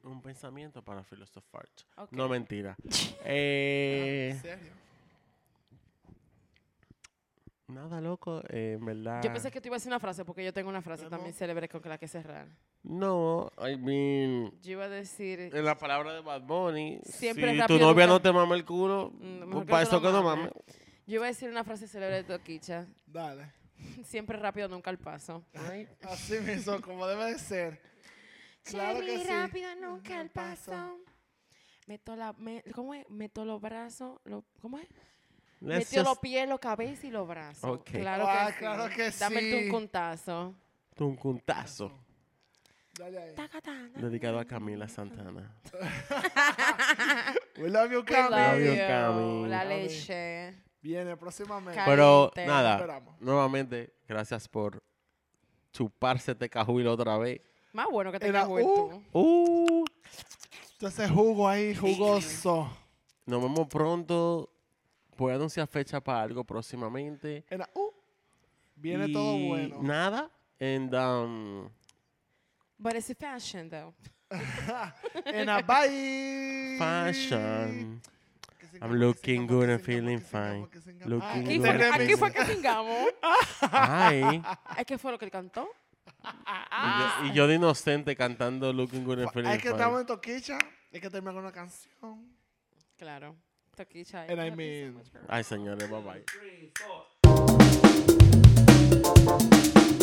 Speaker 4: un pensamiento para filosofar.
Speaker 3: Ok.
Speaker 4: No mentira. Eh,
Speaker 2: ¿En serio?
Speaker 4: nada loco, eh, en verdad.
Speaker 3: Yo pensé que tú ibas a decir una frase porque yo tengo una frase
Speaker 2: Pero
Speaker 3: también
Speaker 2: no.
Speaker 3: célebre con la que cerrar.
Speaker 4: No, I mean,
Speaker 3: Yo iba a decir.
Speaker 4: en la palabra de Bad Bunny,
Speaker 3: Siempre
Speaker 4: si
Speaker 3: rápido,
Speaker 4: tu novia
Speaker 3: nunca-
Speaker 4: no te mama el culo,
Speaker 3: Mm,
Speaker 4: pues
Speaker 3: mejor que
Speaker 4: para
Speaker 3: no te
Speaker 4: eso
Speaker 3: lo
Speaker 4: que no
Speaker 3: mame.
Speaker 4: mames.
Speaker 3: Yo iba a decir una frase célebre de Toquicha.
Speaker 2: Dale.
Speaker 3: Siempre rápido, nunca al paso.
Speaker 2: Así mismo, como debe de ser. Claro que
Speaker 3: Cherry,
Speaker 2: sí.
Speaker 3: rápido, nunca
Speaker 2: Nunca
Speaker 3: al
Speaker 2: al paso.
Speaker 3: paso. Meto la, me- ¿Cómo es? Meto los brazos. lo- ¿Cómo es?
Speaker 4: Let's
Speaker 3: Metió los
Speaker 4: just-
Speaker 3: pies, los cabezas y los brazos.
Speaker 4: Ok.
Speaker 3: Claro,
Speaker 2: Ah,
Speaker 3: que
Speaker 2: claro
Speaker 3: sí.
Speaker 2: que
Speaker 3: Dame
Speaker 2: sí.
Speaker 3: un contazo.
Speaker 4: un cuntazo
Speaker 2: Dale ahí.
Speaker 3: Taca, taca.
Speaker 4: dedicado a Camila Santana.
Speaker 2: We love you,
Speaker 3: We
Speaker 2: Carmen.
Speaker 4: Love you,
Speaker 3: you.
Speaker 4: Cami.
Speaker 3: La
Speaker 2: Love you.
Speaker 3: leche.
Speaker 2: Viene próximamente.
Speaker 3: Ca-
Speaker 4: Pero
Speaker 3: Caliente.
Speaker 4: nada,
Speaker 2: Esperamos.
Speaker 4: nuevamente, gracias por chuparse este cajuil otra vez.
Speaker 3: Más bueno que
Speaker 2: Era,
Speaker 3: tengas juventud.
Speaker 4: Uh,
Speaker 2: Entonces jugo ahí, jugoso.
Speaker 4: nos vemos pronto. Voy a anunciar fecha para algo próximamente.
Speaker 2: Era, uh, viene todo
Speaker 4: Y
Speaker 2: bueno.
Speaker 4: Nada. And, um,
Speaker 3: But it's a fashion, though.
Speaker 2: En a bye.
Speaker 4: fashion.
Speaker 2: Que singamos,
Speaker 4: I'm
Speaker 2: que
Speaker 4: looking
Speaker 2: singamos,
Speaker 4: good
Speaker 2: que
Speaker 4: and
Speaker 2: singamos,
Speaker 4: feeling
Speaker 2: que singamos,
Speaker 4: fine.
Speaker 2: que singamos. Ah,
Speaker 4: Looking
Speaker 3: Aquí
Speaker 2: este
Speaker 4: good.
Speaker 3: fue,
Speaker 2: remix.
Speaker 3: aquí fue que singamos.
Speaker 4: Ay.
Speaker 3: Ay, ¿Qué fue lo que él cantó?
Speaker 4: Y, yo, y yo de inocente cantando Looking Good and Feeling
Speaker 2: Es que
Speaker 4: Fine.
Speaker 2: estamos en Toquicha. Es que termina con una canción.
Speaker 3: Claro. Toquicha.
Speaker 2: And I
Speaker 3: love you so
Speaker 2: mean-
Speaker 3: much, girl.
Speaker 4: Ay, señores, bye bye.